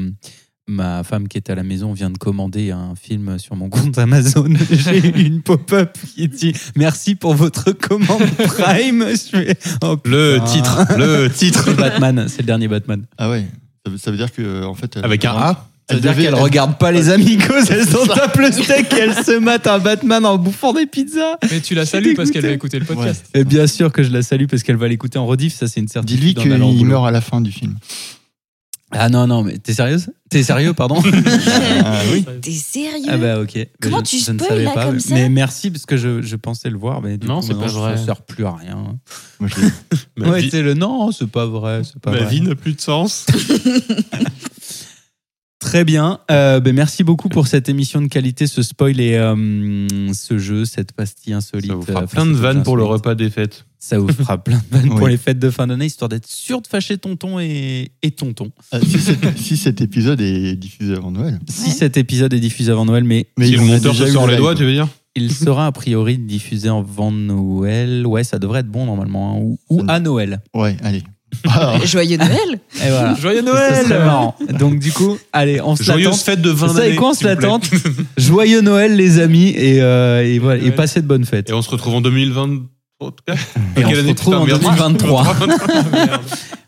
S1: ma femme qui est à la maison vient de commander un film sur mon compte Amazon. J'ai eu une pop-up qui dit merci pour votre commande Prime. Je fais, oh,
S3: Le
S1: putain.
S3: titre, le titre.
S1: C'est Batman, c'est le dernier Batman.
S6: Ah ouais. Ça veut, ça veut dire que euh, en fait. elle-
S3: Avec
S1: Ah,
S3: un A.
S1: Ça veut
S6: Elle
S1: dire
S6: devait-
S1: qu'elle
S6: elle-
S1: regarde pas les amigos, elle s'en tape le steak et elle se mate un Batman en bouffant des pizzas.
S2: Mais tu la
S1: Je suis
S2: salues parce qu'elle
S1: dégoûté.
S2: va écouter le podcast.
S1: Et bien sûr que je la salue parce qu'elle va l'écouter en rediff, ça c'est une certitude.
S6: Dis-lui
S1: en allant au
S6: qu'il
S1: boulot.
S6: meurt à la fin du film.
S1: Ah non, non, mais t'es sérieuse T'es sérieux, pardon
S6: Ah oui.
S5: T'es sérieux
S1: Ah bah ok.
S5: Comment
S1: Mais
S5: tu
S1: je ne
S5: spoil,
S1: savais
S5: là,
S1: pas,
S5: comme
S1: mais-
S5: ça
S1: Mais merci parce que je, je pensais le voir, mais du
S4: Non,
S1: coup,
S4: c'est
S1: maintenant,
S4: pas vrai.
S1: ça sert plus à rien.
S6: Moi, je l'ai-
S3: Ma
S1: ouais,
S3: vie-
S1: c'est le non, c'est pas vrai, c'est pas
S3: ma
S1: vrai.
S3: vie n'a plus de sens.
S1: Très bien. Euh, ben, merci beaucoup pour cette émission de qualité, ce spoil et euh, ce jeu, cette pastille insolite.
S3: Ça vous fera
S1: euh,
S3: plein de
S1: cette
S3: vannes pour le
S1: insolite.
S3: repas des fêtes.
S1: Ça vous fera plein de vannes pour
S6: Oui.
S1: les fêtes de fin d'année, histoire d'être sûr de fâcher tonton et, et tonton.
S6: Ah, si, cet, si cet épisode est diffusé avant Noël.
S1: Si cet épisode est diffusé avant Noël, mais
S6: Mais
S3: si
S6: il
S3: le
S6: en a
S3: monteur
S6: déjà
S3: se
S6: eu
S3: sort
S6: le
S3: les
S6: live.
S3: doigts, tu veux dire
S1: il sera a priori diffusé avant Noël. Ouais, ça devrait être bon normalement, hein, ou, ou à Noël.
S6: Ouais, allez.
S5: Joyeux Noël
S1: Et voilà.
S2: Joyeux
S1: Ce
S2: Noël
S1: serait marrant. Donc du coup, allez, on se l'attend.
S3: Joyeuse fête de 20
S1: Vous savez
S3: années,
S1: quoi, on se
S3: s'il vous plaît.
S1: l'attente Joyeux Noël les amis et, euh, et, voilà, et
S2: Noël.
S1: passez de bonnes fêtes.
S3: Et on se retrouve en 2020.
S1: Et on se retrouve en 2023.
S3: Ah,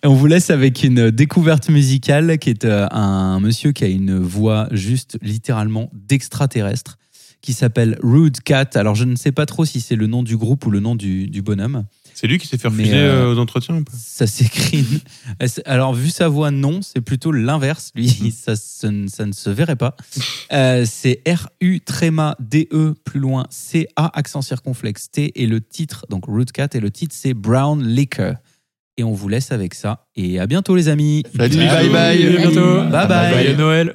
S1: Et on vous laisse avec une découverte musicale qui est euh, un monsieur qui a une voix juste littéralement d'extraterrestre qui s'appelle Rude Cat. Alors je ne sais pas trop si c'est le nom du groupe ou le nom du, du bonhomme.
S3: C'est lui qui s'est fait
S1: Mais,
S3: refuser
S1: euh,
S3: euh, aux entretiens ou pas
S1: Ça s'écrit. Alors vu sa voix, non, c'est plutôt l'inverse.
S2: Mm.
S1: Lui, ça, se- ça ne se verrait pas. Euh, c'est R-U tréma D-E E, plus loin C-A accent circonflexe T et le titre, donc Root Cat et le titre c'est Brown Liquor. Et on vous laisse avec ça et à bientôt les amis.
S6: Salut, bye bye.
S2: À bientôt.
S1: Bye bye.
S2: Joyeux Noël.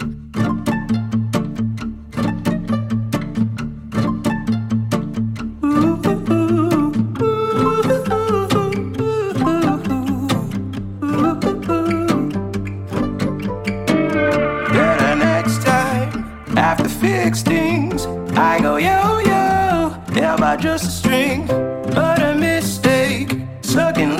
S7: Then the next time, after fix things, I go yo yo. Am I just a string? But a mistake, stuck in